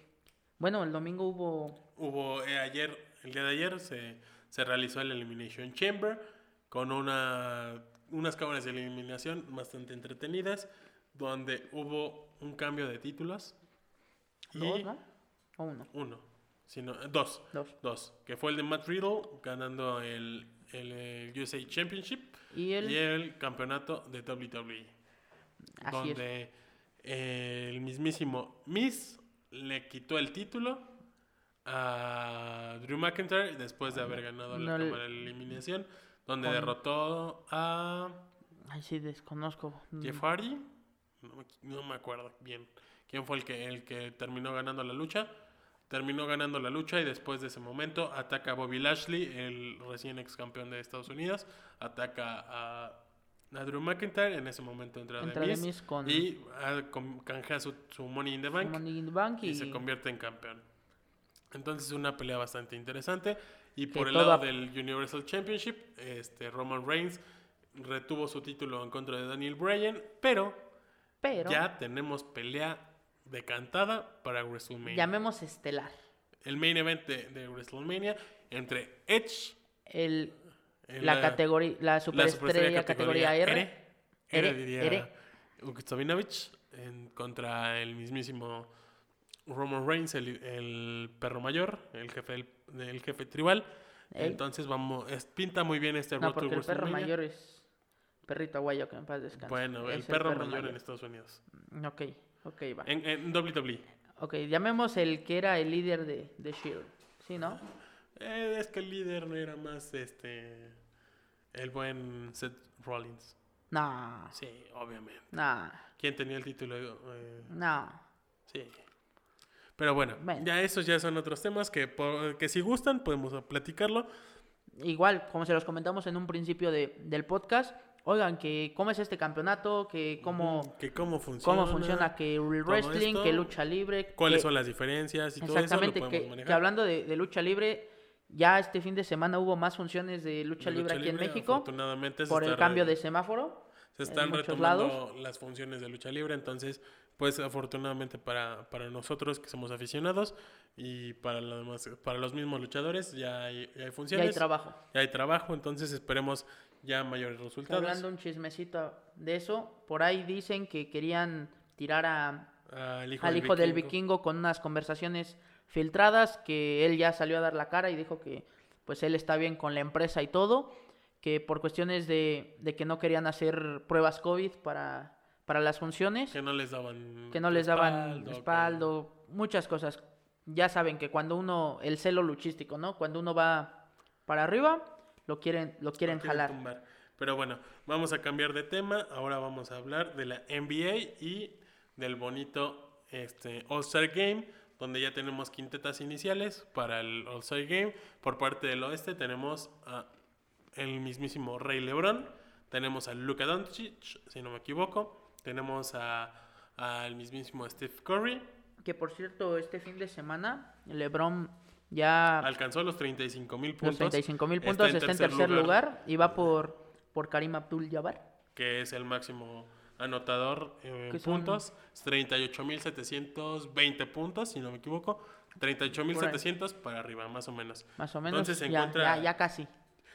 C: bueno, el domingo hubo
A: Hubo eh, ayer, el día de ayer, se, se realizó el Elimination Chamber con una, unas cámaras de eliminación bastante entretenidas, donde hubo un cambio de títulos. y
C: dos, ¿no? O uno,
A: Uno, sino, dos,
C: dos.
A: dos, que fue el de Matt Riddle ganando el, el, eh, USA Championship
C: Y el,
A: y el campeonato de WWE,
C: así es,
A: donde eh, el mismísimo Miss le quitó el título a Drew McIntyre después de haber ganado la
C: Ah, No le-
A: cámara de eliminación, donde
C: con-
A: derrotó a
C: ay sí, desconozco. Mm,
A: Jeff Hardy. No, me- no me acuerdo bien quién fue el que, el que terminó ganando la lucha. Terminó ganando la lucha y después de ese momento ataca a Bobby Lashley, el recién ex campeón de Estados Unidos. Ataca a, a Drew McIntyre. En ese momento entra,
C: Entra
A: The
C: The
A: Miz
C: Miz con-
A: y ah, con- canjea su, su Money in the Bank
C: Money in the Bank
A: y
C: y
A: se convierte en campeón. Entonces una pelea bastante interesante. Y por el
C: todo
A: lado
C: ap-
A: del Universal Championship, este Roman Reigns retuvo su título en contra de Daniel Bryan, pero,
C: pero
A: ya tenemos pelea decantada para WrestleMania.
C: llamemos estelar.
A: El main event de, de WrestleMania entre Edge,
C: El,
A: en
C: la, categoría, la superestrella categoría, R,
A: R,
C: R,
A: diría
C: R.
A: Uke Sabinovich, en contra el mismísimo Roman Reigns, el, el perro mayor, el jefe, del- del jefe tribal.
C: Ey.
A: Entonces vamos, es- pinta muy bien este
C: no,
A: Road to
C: porque el perro
A: WrestleMania.
C: mayor es perrito aguayo que en paz descanse.
A: Bueno,
C: Es
A: el perro, mayor, en Estados Unidos.
C: Ok, ok, va.
A: En, en E. WWE.
C: Ok, llamemos el que era el líder de, de Shield. ¿Sí, no?
A: Eh, es que el líder no era más este el buen Seth Rollins.
C: No,
A: Sí, obviamente.
C: no,
A: ¿Quién tenía el título? Eh,
C: no.
A: Sí. Pero bueno,
C: Bueno.
A: ya esos ya son otros temas que, por- que si gustan podemos platicarlo.
C: Igual, como se los comentamos en un principio de- del podcast, oigan, que cómo es este campeonato, que cómo,
A: Que cómo funciona.
C: cómo funciona que el wrestling,
A: esto,
C: que lucha libre.
A: ¿Cuáles
C: que-
A: son las diferencias y todo eso lo
C: Exactamente,
A: podemos
C: que- que,
A: manejar?
C: hablando de, de lucha libre, ya este fin de semana hubo más funciones de lucha
A: De
C: libre
A: lucha
C: aquí
A: libre,
C: en México
A: afortunadamente, se
C: por el
A: está
C: cambio
A: re-
C: de semáforo.
A: Se
C: en
A: están
C: muchos
A: retomando
C: lados.
A: las funciones de lucha libre, entonces, pues afortunadamente para, para nosotros que somos aficionados y para los, demás- para los mismos luchadores ya hay, ya hay
C: Ya hay
A: funciones,
C: trabajo.
A: ya hay trabajo, entonces esperemos ya mayores resultados.
C: Hablando un chismecito de eso, por ahí dicen que querían tirar a,
A: Al hijo,
C: al hijo del vikingo con unas conversaciones filtradas, que él ya salió a dar la cara y dijo que pues él está bien con la empresa y todo, que por cuestiones de, de que no querían hacer pruebas COVID para, para las funciones,
A: Que no les daban.
C: que no les daban
A: respaldo, que-
C: respaldo, muchas cosas. Ya saben que cuando uno, el celo luchístico, ¿no? Cuando uno va para arriba, lo quieren, lo quieren
A: quieren
C: jalar.
A: tumbar. Pero bueno, vamos a cambiar de tema. Ahora vamos a hablar de la NBA y del bonito este, All-Star Game, donde ya tenemos quintetas iniciales para el All-Star Game. Por parte del oeste tenemos a el mismísimo Rey Lebron, tenemos a Luka Doncic, si no me equivoco, Tenemos a- al mismísimo Steve Curry.
C: Que por cierto, este fin de semana, LeBron ya
A: Alcanzó los 35 mil
C: Ah. los
A: puntos.
C: 35 mil puntos, está, en tercer lugar. y va por, por Karim Abdul-Jabbar.
A: Que es el máximo anotador en
C: Que son-
A: puntos. 38.720 puntos, si no me equivoco. 38.700 para arriba, más o menos.
C: Más o menos.
A: Entonces se
C: ya,
A: encuentra-
C: ya, ya casi.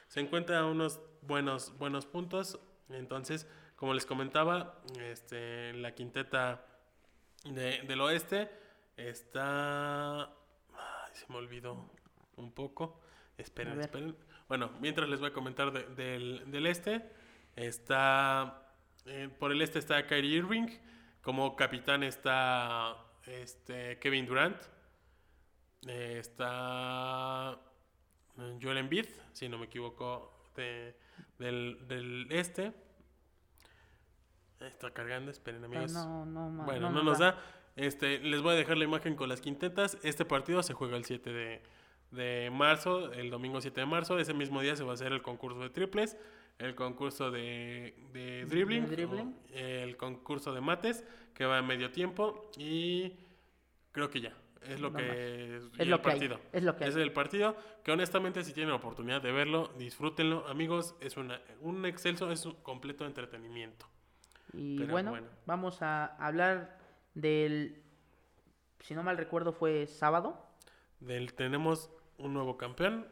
A: Se encuentra unos buenos, buenos puntos. Entonces, como les comentaba, este, la quinteta de- del oeste está... Ay, se me olvidó un poco.
C: A
A: Esperen,
C: ver.
A: esperen. Bueno, mientras les voy a comentar de- del, del este, está... eh, por el este está Kyrie Irving. Como capitán está este, Kevin Durant. Eh, está eh, Joel Embiid, si no me equivoco, de- del, del este. Está cargando, esperen
C: Pero
A: amigos.
C: no, no, ma-
A: bueno, no, nos da. Este, les voy a dejar la imagen con las quintetas. Este partido se juega el 7 de, de marzo, el domingo 7 de marzo. Ese mismo día se va a hacer el concurso de triples, el concurso de, de dribbling,
C: De dribbling.
A: o, eh, el concurso de mates, que va a medio tiempo. Y creo que ya. Es lo
C: No más.
A: que y
C: Es
A: el
C: lo que hay,
A: partido.
C: es lo que hay.
A: es el partido que honestamente si tienen la oportunidad de verlo, disfrútenlo, amigos, es una, un excelso, es un completo entretenimiento.
C: Y
A: Pero
C: bueno,
A: bueno.
C: vamos a hablar del. Si no mal recuerdo, fue sábado.
A: Del, tenemos un nuevo campeón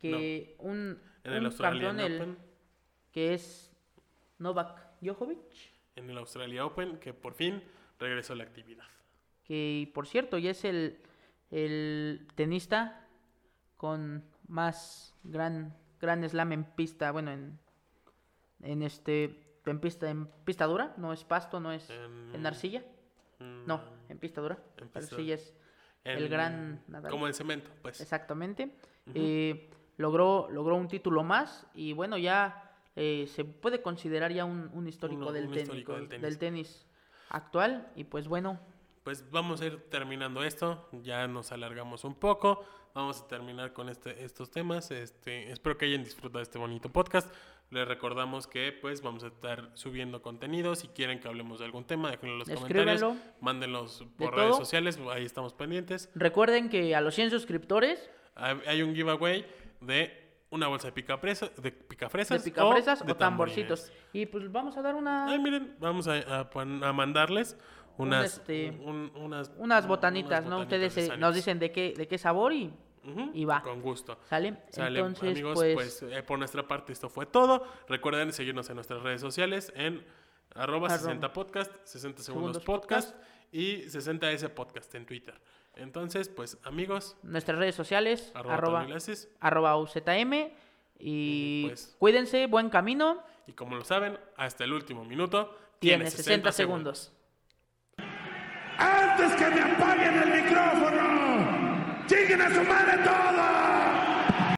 C: Que un,
A: en el
C: un
A: Australian
C: campeón, el-
A: Open.
C: que es Novak Djokovic.
A: En el Australia Open, que por fin regresó a la actividad.
C: Que por cierto, ya es el, el tenista con más gran, gran slam en pista. Bueno, en, en este. En pista, en pista dura, no es pasto, no es en,
A: En-
C: arcilla.
A: Mm,
C: No, en pista dura.
A: Em, En pista
C: Arcilla es
A: en-
C: el gran Nadal.
A: Como en cemento, pues.
C: Exactamente. Eh, logró, logró un título más y bueno, ya eh, se puede considerar ya un, un histórico,
A: Uno-
C: del,
A: un
C: tenis,
A: histórico del tenis.
C: del tenis actual. Y pues bueno,
A: Pues vamos a ir terminando esto. Ya nos alargamos un poco. Vamos a terminar con este, estos temas. Este, espero que hayan disfrutado este bonito podcast. Les recordamos que pues vamos a estar subiendo contenido. Si quieren que hablemos de algún tema, déjenlo en los comentarios.
C: Escríbanlo.
A: Mándenlos por
C: De
A: redes
C: todo.
A: sociales. Ahí estamos pendientes.
C: recuerden que a los 100 suscriptores
A: Hay hay un giveaway de una bolsa de picafresas, de
C: de
A: picafresas,
C: picafresas o,
A: de
C: tamborcitos.
A: tamborines.
C: Y pues vamos a dar
A: Ay,
C: una,
A: miren, vamos a, a pon- a mandarles
C: Un,
A: unas,
C: este,
A: un- unas,
C: unas botanitas, ¿no?
A: botanitas
C: Ustedes
A: de
C: eh,
A: Sanix.
C: nos dicen de qué, de qué sabor y
A: Ujú,
C: y va.
A: Con gusto.
C: sale.
A: Sale,
C: Entonces,
A: amigos,
C: pues,
A: pues, eh, por nuestra parte esto fue todo. Recuerden seguirnos en nuestras redes sociales en arroba
C: Arroba.
A: 60 podcast, 60 segundos,
C: Segundos
A: podcast, y 60s podcast en Twitter. Entonces, pues amigos,
C: nuestras redes sociales,
A: arroba,
C: arroba,
A: Tony Glacis,
C: arroba UZM. Y
A: Y, pues,
C: cuídense, buen camino.
A: y como lo saben, hasta el último minuto
C: Tiene 60 segundos.
B: antes que me apaguen el micrófono. ¡Chinguen a su madre todos!